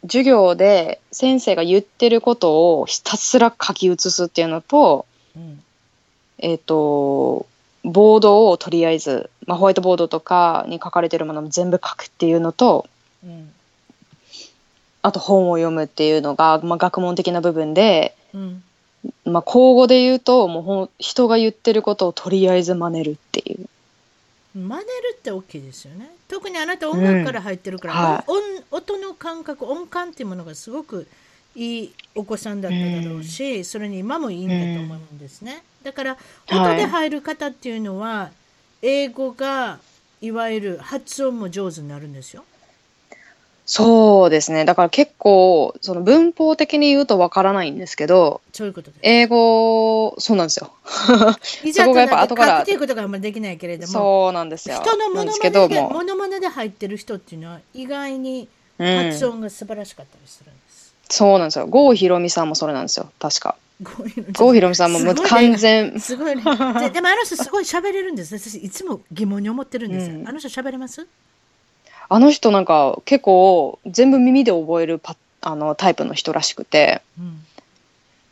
B: ー授業で先生が言ってることをひたすら書き写すっていうのと、
A: うん
B: えっ、と、ボードをとりあえず、まあ、ホワイトボードとかに書かれてるものも全部書くっていうのと、
A: うん
B: あと本を読むっていうのが、まあ、学問的な部分で、
A: うん、
B: まあ、口語で言うと、もうほん人が言ってることをとりあえず真似るっていう。
A: 真似るって大きいですよね特にあなた音楽から入ってるから、
B: はい
A: 音音の感覚音感っていうものがすごくいいお子さんだっただろうし、それに今もいいんだと思うんですね、だから
B: はい
A: 音で入る方っていうのは、英語がいわゆる発音も上手になるんですよ
B: そうですね。だから結構、その文法的に言うとわからないんですけど、
A: そういうことです
B: 英語、そうなんですよ。
A: いざと
B: そこが
A: な
B: や
A: っ
B: っ
A: 書
B: てぱ後から
A: くということがあんまりできないけれども
B: そうなんですよ。
A: 人のも
B: なん
A: の
B: です
A: ま
B: け
A: ねで
B: ども
A: ものまねで入ってる人っていうのは意外に
B: う
A: 発
B: ん、
A: 音が素晴らしかったりするんです。
B: そうなんですよ。郷ひろみさんもそれなんですよ。確か。
A: こういうの
B: 郷ひろみさんももう
A: すごいね
B: 完全、
A: すごいね。ででもあの人すごい喋れるんです。私いつも疑問に思ってるんです。
B: うん
A: あの人喋れます？
B: あの人なんか結構全部耳で覚えるパあのタイプの人らしくて、
A: うん。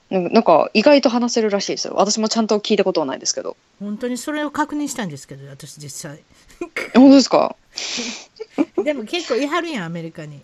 B: なんなんか意外と話せるらしいですよ。私もちゃんと聞いたことはないですけど。
A: 本当にそれを確認したんですけど、私実際。
B: え本当ですか
A: でも結構言いはるやんアメリカに。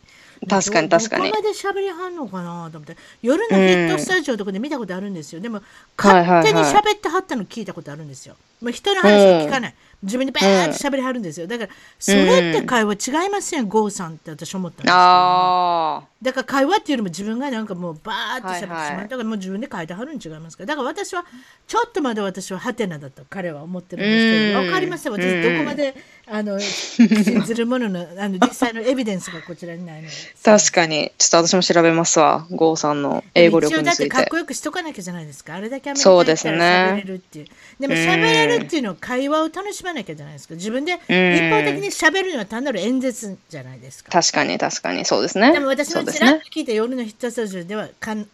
B: 確かに確かに
A: ど。こまで喋りはんのかなと思って夜のヒットスタジオとかで見たことあるんですよ、でも
B: はいはいは
A: 勝手
B: い
A: に喋ってはったの聞いたことあるんですよもう人の話は聞かない、自分でバーって喋りはるんですよだからそれって会話違いますよ、ね郷さんって私思ったんですけど
B: ああ。
A: だから会話っていうよりも自分がなんかもうバーって喋ってしまう、
B: はいはい
A: だからもう自分で書いてはるん違いますかだから私はちょっとまだ私はハテナだと彼は思ってるんですけど
B: うん
A: わかりません私
B: うん
A: どこまであ の信ずるもののあの実際のエビデンスがこちらにないので
B: 確かに。ちょっと私も調べますわ。郷さんの英語力
A: 一応
B: に
A: だっ
B: つ
A: て
B: い
A: かってこ。よくしとかなきゃじゃないですかあれだけアメリカ
B: そ
A: 行
B: う
A: った
B: で
A: ら
B: すね
A: 喋れるっていうでも
B: うん
A: 喋れるっていうのは会話を楽しまなきゃじゃないですか自分で一方的に喋るのは単なる演説じゃないですか
B: 確かに確かに。そうですね。
A: でも私
B: そ
A: も
B: うで
A: ち
B: す
A: らっと
B: ね。
A: 聞いて、夜のヒットスタジオではかん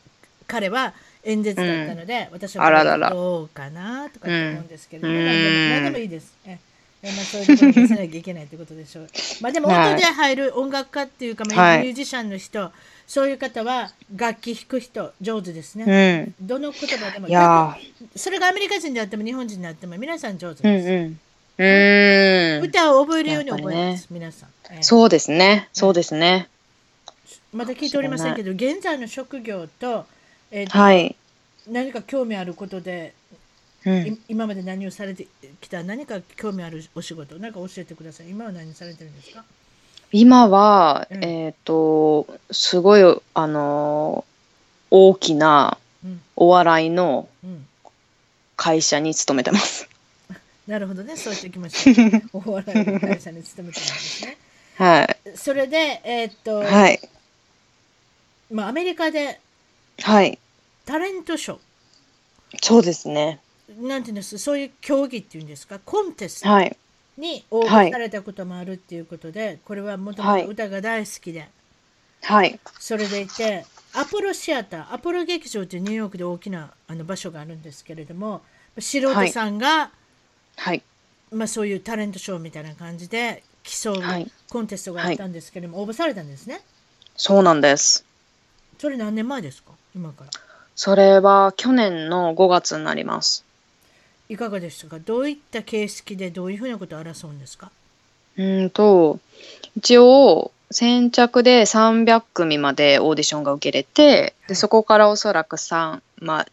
A: 彼は演説だったので、私
B: あら
A: は
B: らら
A: どうかなとかって思うんですけれども、
B: うん
A: 何でも何でもいいです。ええまあ、そういうところを見せなきゃいけないってことで しょう。まあでも
B: はい
A: 音で入る音楽家っていうか、まあ、
B: はい
A: ミュージシャンの人、そういう方は楽器弾く人上手です
B: う
A: ね。
B: ん。
A: どの言葉でも
B: いや
A: それがアメリカ人であっても日本人であっても皆さん上手
B: ー。うん
A: です。
B: うん。うーん。
A: 歌を覚えるように覚え
B: やっぱり
A: ま
B: ね
A: す、皆さん。ええ
B: そうですね。そうですね。
A: まだ聞いておりませんけど、現在の職業と、えーと
B: はい。
A: 何か興味あることで、
B: うん
A: い今まで何をされてきた何か興味あるお仕事何か教えてください今は何されてるんですか
B: 今は、
A: うん
B: えっ、と、すごい、あのー大きな
A: うん
B: お笑いの
A: うん
B: 会社に勤めてます。
A: なるほどねそうしておきましょうお笑いの会社に勤めてるんですね
B: はい。
A: それでえーっと、
B: はい。
A: まあ、アメリカで
B: はい。
A: タレントショ
B: そうですね。
A: ーなんていうんですそういう競技っていうんですかコンテスト
B: はい。
A: に応
B: は
A: 募
B: い
A: されたこともあるっていうことで、これはもともと歌が大好きで、
B: はい。
A: それでいてアポロシアターアポロ劇場っていうニューヨークで大きなあの場所があるんですけれども素人さんが、
B: はい。
A: まあ、そういうタレントショーみたいな感じで競う
B: はい
A: コンテストがあったんですけれども、応募されたんですね
B: そうなんです。
A: それ何年前ですか今から
B: それは去年の5月になります。
A: いかがでしたかどういった形式でどういうふうなことを争うんですか
B: うーんと、一応、先着で300組までオーディションが受けれて、でそこからおそらく3、まあ、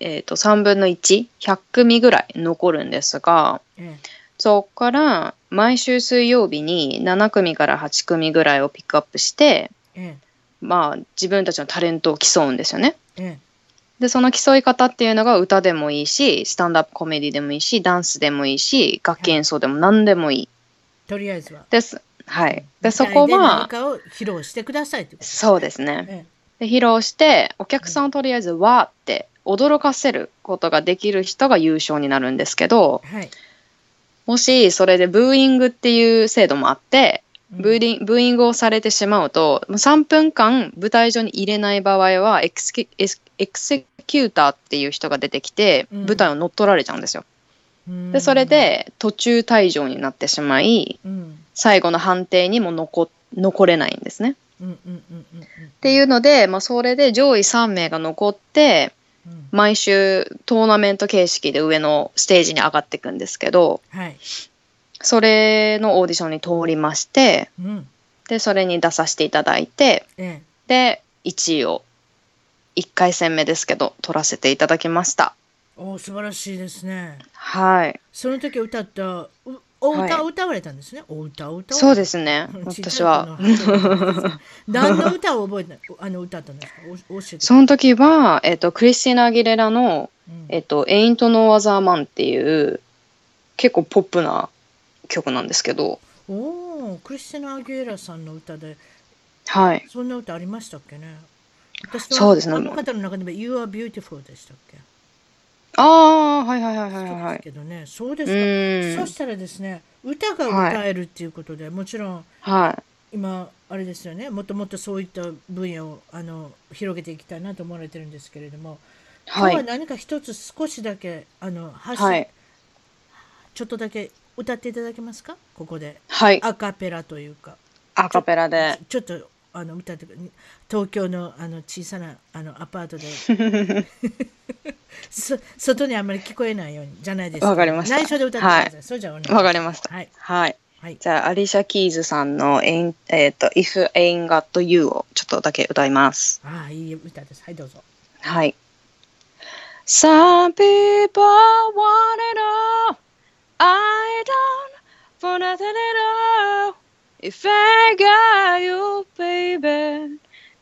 B: えっ、と、3分の1、100組ぐらい残るんですが、
A: うん
B: そこから毎週水曜日に7組から8組ぐらいをピックアップして、
A: うん
B: まあ、自分たちのタレントを競うんですよね。
A: うん
B: で、その競い方っていうのが歌でもいいし、スタンダップコメディでもいいし、ダンスでもいいし、楽器演奏でも何でもいい。
A: とりあえずは。
B: です。はい。で、
A: 舞
B: そ
A: 台
B: こ
A: で何
B: は、
A: かを披露してくださいってこと
B: そうですね。
A: ね。
B: で披露してお客さんをとりあえず「わ」って驚かせることができる人が優勝になるんですけど
A: うんはい。
B: もしそれでブーイングっていう制度もあって
A: うん
B: ブーリンブーイングをされてしまうともう3分間舞台上に入れない場合はエクスキエスエクセキューターっていう人が出てきて
A: うん
B: 舞台を乗っ取られちゃうんですよ。
A: うん
B: でそれ、で途中退場になってしまい
A: うん
B: 最後の判定にも残残れないんですね。
A: うんうんうんうん
B: っていうので、まあ、それで上位3名が残って
A: うんうん
B: 毎週トーナメント形式で上のステージに上がっていくんですけど
A: はい。
B: それのオーディションに通りまして
A: うん
B: でそれに出させていただいて
A: ええ
B: で1位を1回戦目ですけど取らせていただきました
A: お素晴らしいですね。
B: はい
A: その時歌ったうお
B: はい
A: 歌を歌われたんですね。お歌を歌わ
B: そう
A: れた
B: ですね私は
A: ちっちゃい頃の初めてです何の歌を覚えてないあの歌ったんですかお教えて
B: その時は、えっとクリスティナ・アギレラの
A: うん
B: 「えっとエイント・ノー・アザー・マン」っていう結構ポップな曲なんですけど
A: おおクリスティナ・アギエラさんの歌で
B: はい
A: そんな歌ありましたっけね私は
B: そうですね
A: あの方の中でも「You are beautiful」でしたっけ
B: ああはいはいはいはい
A: そう
B: は
A: です
B: い
A: けどねそう
B: う
A: ですか、
B: ー
A: そ
B: ん
A: したらですね歌が歌えるっていうことで、もちろん
B: はい
A: 今あれですよねもっともっとそういった分野をあの広げていきたいなと思われてるんですけれども、
B: は。
A: 今日はい何か一つ少しだけあの発
B: はい。
A: ちょっとだけ歌っていただけますかここで
B: はい。
A: アカペラというか
B: アカペラで。
A: ちょっとあの歌ってく東京のあの小さなあのアパートで そ外にあんまり聞こえないようにじゃないです
B: わかりました
A: 内緒で歌ってください、それじゃあお願いします
B: わかりました。
A: はい
B: はい。
A: はい
B: じゃあ、アリシャ・キーズさんの、えんえっ、と、If Ain't Got You をちょっとだけ歌います。
A: ああいい歌ですはいどうぞ
B: はい。Some people want it all. I don't for nothing at all. If I got you, baby.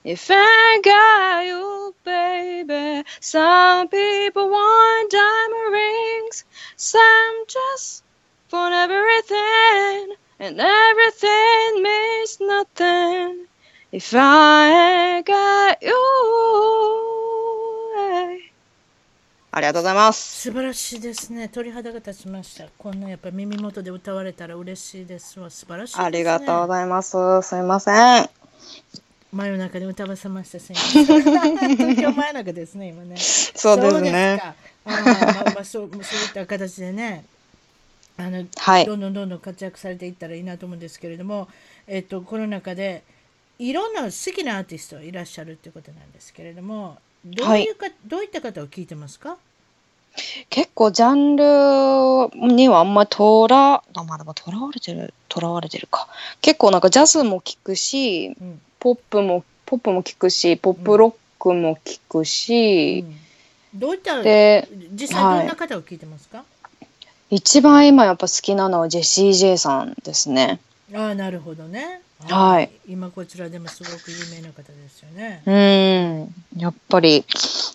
B: If I got you, baby. Some people want diamond rings. Some just for everything. And everything means nothing. If I ain't got you ありがとうございます。
A: 素晴らしいですね鳥肌が立ちましたこんなやっぱ耳元で歌われたら嬉しいですわ素晴らしいですね
B: ありがとうございます。すいません。は
A: 真夜中で歌わせましたすいません 東京真夜中ですね今ね
B: そうで
A: そ
B: すね
A: うですかあーまあまあそうそういった形でねあの
B: い。
A: どんどんどんどん活躍されていったらいいなと思うんですけれども、えっと、この中でいろんな好きなアーティストがいらっしゃるということなんですけれどもどういうか、どういった方を聞いてますか
B: 結構ジャンルにはあんまりとら、あまあでもとらわれてる、とらわれてるか。結構なんかジャズも聞くし、
A: うん
B: ポップも、ポップも聞くし、ポップロックも聞くし、
A: どういった
B: で、
A: 実際どんな方を聞いてますか、
B: 一番今やっぱ好きなのはジェシー・ジェイさんですね。
A: ああなるほどね
B: はい
A: ー今こちらでもすごく有名な方ですよね、
B: うーん、やっぱり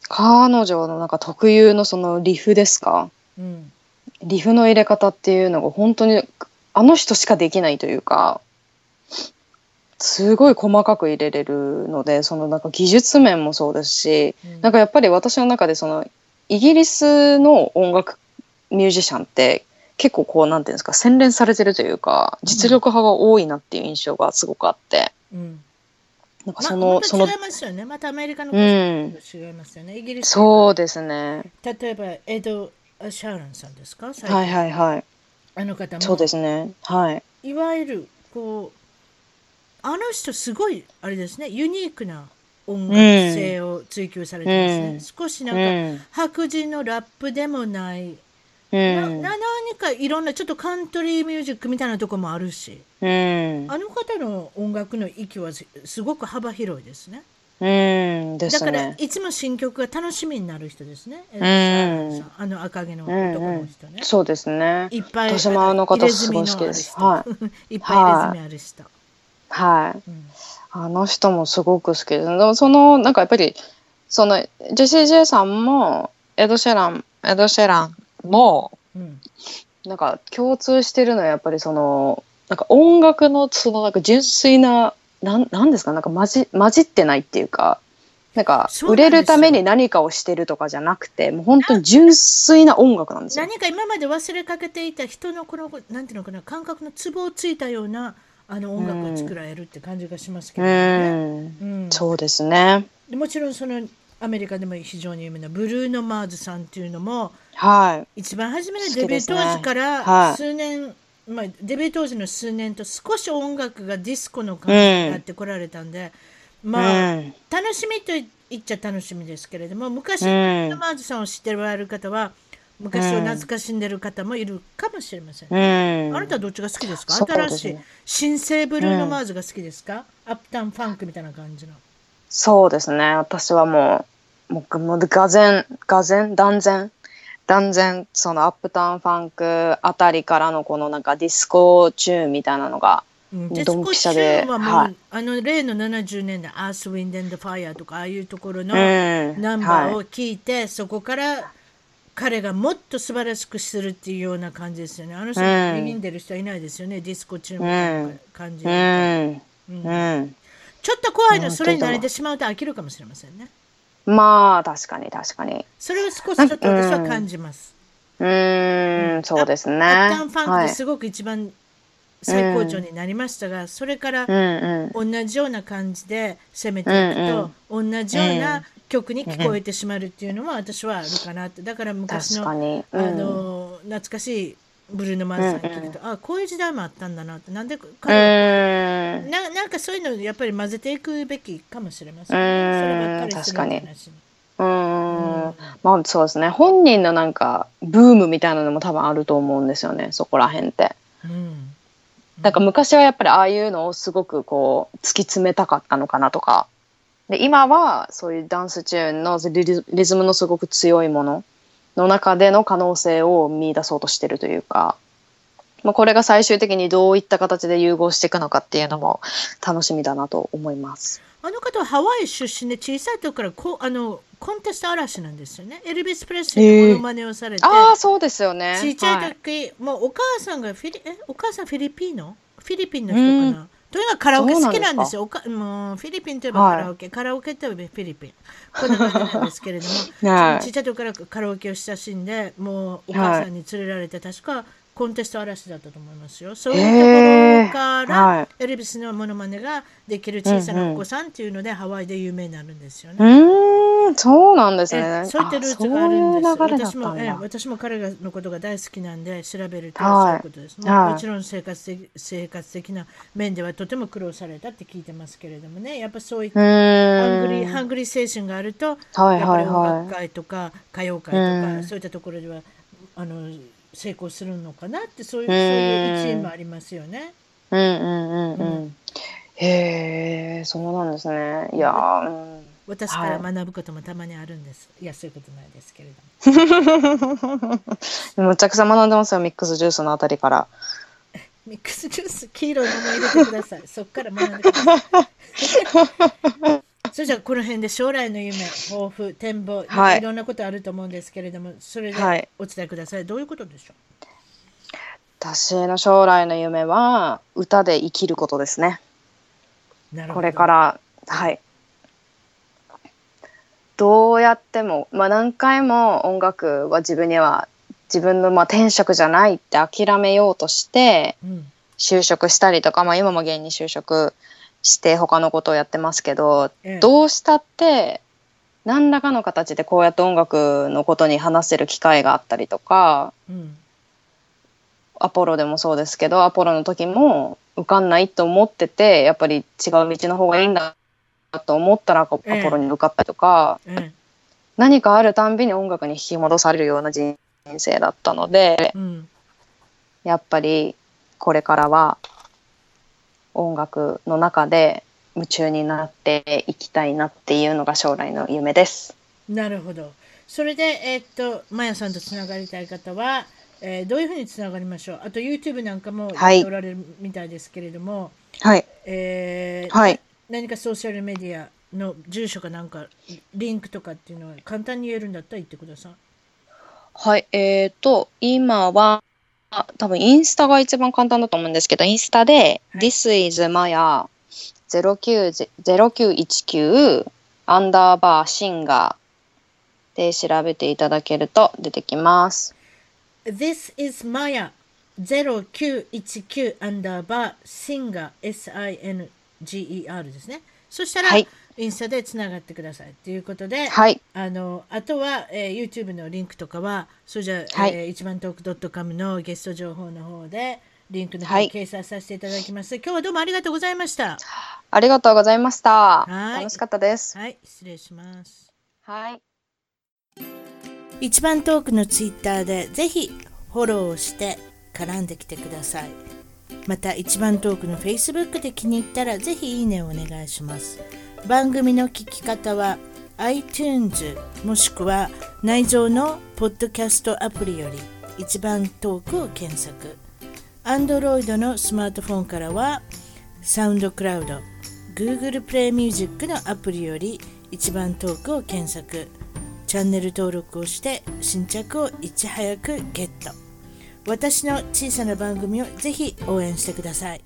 B: 彼女のなんか特有のそのリフですか
A: うん、
B: リフの入れ方っていうのが本当にあの人しかできないというかすごい細かく入れれるのでそのなんか技術面もそうですし
A: うん
B: なんかやっぱり私の中でそのイギリスの音楽ミュージシャンって結構こうなんていうんですか洗練されてるというか実力派が多いなっていう印象がすごくあって
A: うん
B: なんか
A: ま
B: そ
A: あ、
B: の、
A: ま
B: その
A: た違いますよねまたアメリカの
B: う
A: 方と
B: ん
A: 違いますよね、イギリス
B: そうですね
A: 例えばエド・シャーランさんですか最近
B: はいはいはい
A: あの方も
B: そうですね。はい。
A: いわゆるこうあの人すごいあれですねユニークな音楽性を追求されてますね、
B: うん
A: 少し
B: う
A: なんか、
B: ん。
A: 白人のラップでもない
B: う。
A: ななん何かいろんなちょっとカントリーミュージックみたいなとこもあるし
B: うん。
A: あの方の音楽の域はすすごく幅広いですね
B: うん。で
A: だ
B: す
A: から
B: ね。
A: いつも新曲が楽しみになる人ですね、エルサーラさんあの赤毛の男の人ね、
B: そうですね。
A: いっぱい
B: 豊島の方すごい好きですは
A: 、
B: い
A: いっぱい入れ墨ある人、
B: はい。
A: うん
B: あの人もすごく好きです。でもその、なんかやっぱり、その、ジェシー・ジェイさんも、エド・シェラン、エド・シェランも、
A: うん
B: なんか共通してるのはやっぱりその、なんか音楽のそのなんか純粋な、なん、なんですか、なんか混じ、混じってないっていうか、なんか
A: そう
B: 売
A: なんですよ
B: れるために何かをしてるとかじゃなくて、もう本当に純粋な音楽なんですよ。
A: 何か今まで忘れかけていた人のこのなんていうのかな感覚のツボをついたようなあの音楽を作られるって感じがしますけど
B: う
A: ね、
B: ん。
A: うん
B: そうですね。
A: でもちろんそのアメリカでも非常に有名なブルーノ・マーズさんっていうのも
B: はい。
A: 一番初めの
B: 好き
A: デビュー
B: ですね
A: 当時か
B: は
A: ら
B: い
A: 数年、まあ、デビュー当時の数年と少し音楽がディスコの感じになってこられたんで、まあ、
B: うん。
A: 楽しみと言っちゃ楽しみですけれども昔、
B: う
A: ブル
B: ん
A: ーノマーズさんを知っておられる方は昔を懐かしんでる方もいるかもしれません。
B: うん。
A: あなたはどっちが好きですか
B: そうですね
A: 新しい新生ブルーノ・マーズが好きですか、アップタウン・ファンクみたいな感じの。
B: そうですね。私はもう、もう、もう、がぜん、がぜん、断然、断然、そのアップタウンファンクあたりからのこのなんかディスコチューンみたいなのが、
A: うん
B: もう
A: で
B: ドンピシャで
A: スコッチューンはもう、
B: はい
A: あの例の70年代アース・ウィンド・エンド・ファイアとかああいうところの
B: うん。
A: ナンバー
B: は
A: を聞いて、そこから彼がもっと素晴らしくするっていうような感じですよね。あの人
B: うん
A: 右に出る人はいないですよね、ディスコチューンみたいな感じで、
B: い。
A: うん
B: うん。うん。
A: ちょっと怖いの
B: うん
A: それに慣れてしまうと飽きるかもしれませんね。
B: まあ、確かに、確かに。
A: それを少しちょっと私は感じます。
B: うーん、そうですね。
A: アップタウンファンク
B: は
A: で
B: い。
A: すごく一番最高潮になりましたが、それから
B: うん
A: 同じような感じで攻めていくと、同じような曲に聞こえてしまうっていうのも私はあるかなってだから
B: うん。
A: 昔
B: 確
A: の,、
B: かに。う
A: あ
B: ん。
A: の懐かしいブルーノ・マーズさん聞くと、あこういう時代もあったんだなってなんで
B: う
A: 彼、
B: ん。
A: ななんかそういうのやっぱり混ぜていくべきかもしれません、
B: う
A: そ
B: ん
A: ればっかりするって話に
B: うん。まあそうですね。本人のなんか、ブームみたいなのも多分あると思うんですよね。そこら辺って。
A: うん
B: なんか昔はやっぱりああいうのをすごくこう、突き詰めたかったのかなとか。で、今はそういうダンスチューンのリズリズムのすごく強いものの中での可能性を見出そうとしてるというか。まあこれが最終的にどういった形で融合していくのかっていうのも楽しみだなと思います。
A: あの方はハワイ出身で小さい時からこあのコンテスト嵐なんですよね。エルビス・プレスリーのモノマネをされて、
B: ああ、そうですよね。
A: 小さ
B: はい
A: 時、もうお母さんがフィリえお母さんフィリピンのフィリピンの人かな。とにかくカラオケ好きなんですよ。おかもうフィリピンといえばカラオケ、カラオケといえばフィリピン。こんな感じなんですけれども、
B: い はい
A: ち小さい時からカラオケを親しんで、もうお母さんに連れられて、確かコンテスト嵐だったと思いますよ。そういうところから、
B: へーはい
A: エルビスのモノマネができる小さなお子さんっていうので、ハワイで有名になるんですよね。
B: うーん、そうなんです
A: え
B: ね。
A: そういったルーツがあるんです
B: あそういう流れだっ
A: 私
B: た
A: も
B: ん
A: ええ
B: だ。
A: 私も彼のことが大好きなんで調べるとそ
B: はい
A: ういうことです、もう
B: はい
A: もちろん生活的生活的な面ではとても苦労されたって聞いてますけれどもねやっぱそういっ
B: う
A: たハングリー
B: ーん。
A: ハングリー精神があると、
B: はい
A: やっぱ
B: は
A: り
B: い
A: 音楽
B: は
A: 会とか歌謡会とか、
B: うん
A: そういったところではあの成功するのかなってそういう、
B: うん
A: そういう一因もありますよね。
B: い。うんうんうん
A: う
B: うん。へえ、そうなんですね。いやー、うん
A: 私から学ぶこともたまにあるんです。い、やそういうことないですけれども。
B: むちゃくちゃ学んでますよ、ミックスジュースのあたりから。
A: ミックスジュース黄色いのも入れてください。 そっから学んでください。それじゃあこの辺で将来の夢、抱負、展望、
B: はい
A: い、ろんなことあると思うんですけれども、それ
B: は
A: で
B: い
A: お伝えください。どういうことでしょ
B: 私の将来の夢は、歌で生きることですね。
A: うなるほ
B: こ
A: ど
B: れか。ら、はい。どうやっても、まあ、何回も音楽は自分には自分のまあ天職じゃないって諦めようとして
A: うん
B: 就職したりとか、まあ、今も現に就職して他のことをやってますけど
A: ええ
B: どうしたって何らかの形でこうやって音楽のことに話せる機会があったりとか
A: うん
B: アポロでもそうですけどアポロの時も受かんないと思っててやっぱり違う道の方がいいんだと思ったらアポ
A: ええ
B: ロに受かったりとか、
A: ええ
B: 何かあるたんびに音楽に引き戻されるような人人生だったので、
A: うん
B: やっぱりこれからは音楽の中で夢中になっていきたいなっていうのが将来の夢です。
A: なるほど。それで、えっと、マヤさんとつながりたい方は、えーどういうふうにつながりましょうあと YouTube なんかもや
B: はい
A: っておられるみたいですけれども、
B: はい。
A: えー
B: はい。
A: 何かソーシャルメディアの住所かなんか、リンクとかっていうのは簡単に言えるんだったら言ってください。
B: はい、えーと、今は、あ多分インスタが一番簡単だと思うんですけど、インスタで、
A: はい
B: This is Maya 09 0919アンダーバーシンガーで調べていただけると出てきます。
A: This is Maya 0919アンダーバー singer S-I-N-G-E-R ですね。そしたら、
B: はい
A: インスタでつながってくださいということで、
B: はい、
A: あのあとは、えー YouTube のリンクとかはそれじゃあ、
B: はい
A: えー一番トーク .com のゲスト情報の方でリンクの方
B: は
A: を
B: い
A: 掲載させていただきます、今日はどうもありがとうございました
B: ありがとうございました。
A: はい
B: 楽しかったです。
A: はい失礼します
B: はい。
A: 一番トークのツイッターでぜひフォローして絡んできてくださいまた一番トークの Facebook で気に入ったらぜひいいねをお願いします番組の聞き方は iTunes もしくは内蔵のポッドキャストアプリより一番トークを検索 Android のスマートフォンからはサウンドクラウド Google プレイミュージックのアプリより一番トークを検索チャンネル登録をして新着をいち早くゲット私の小さな番組をぜひ応援してください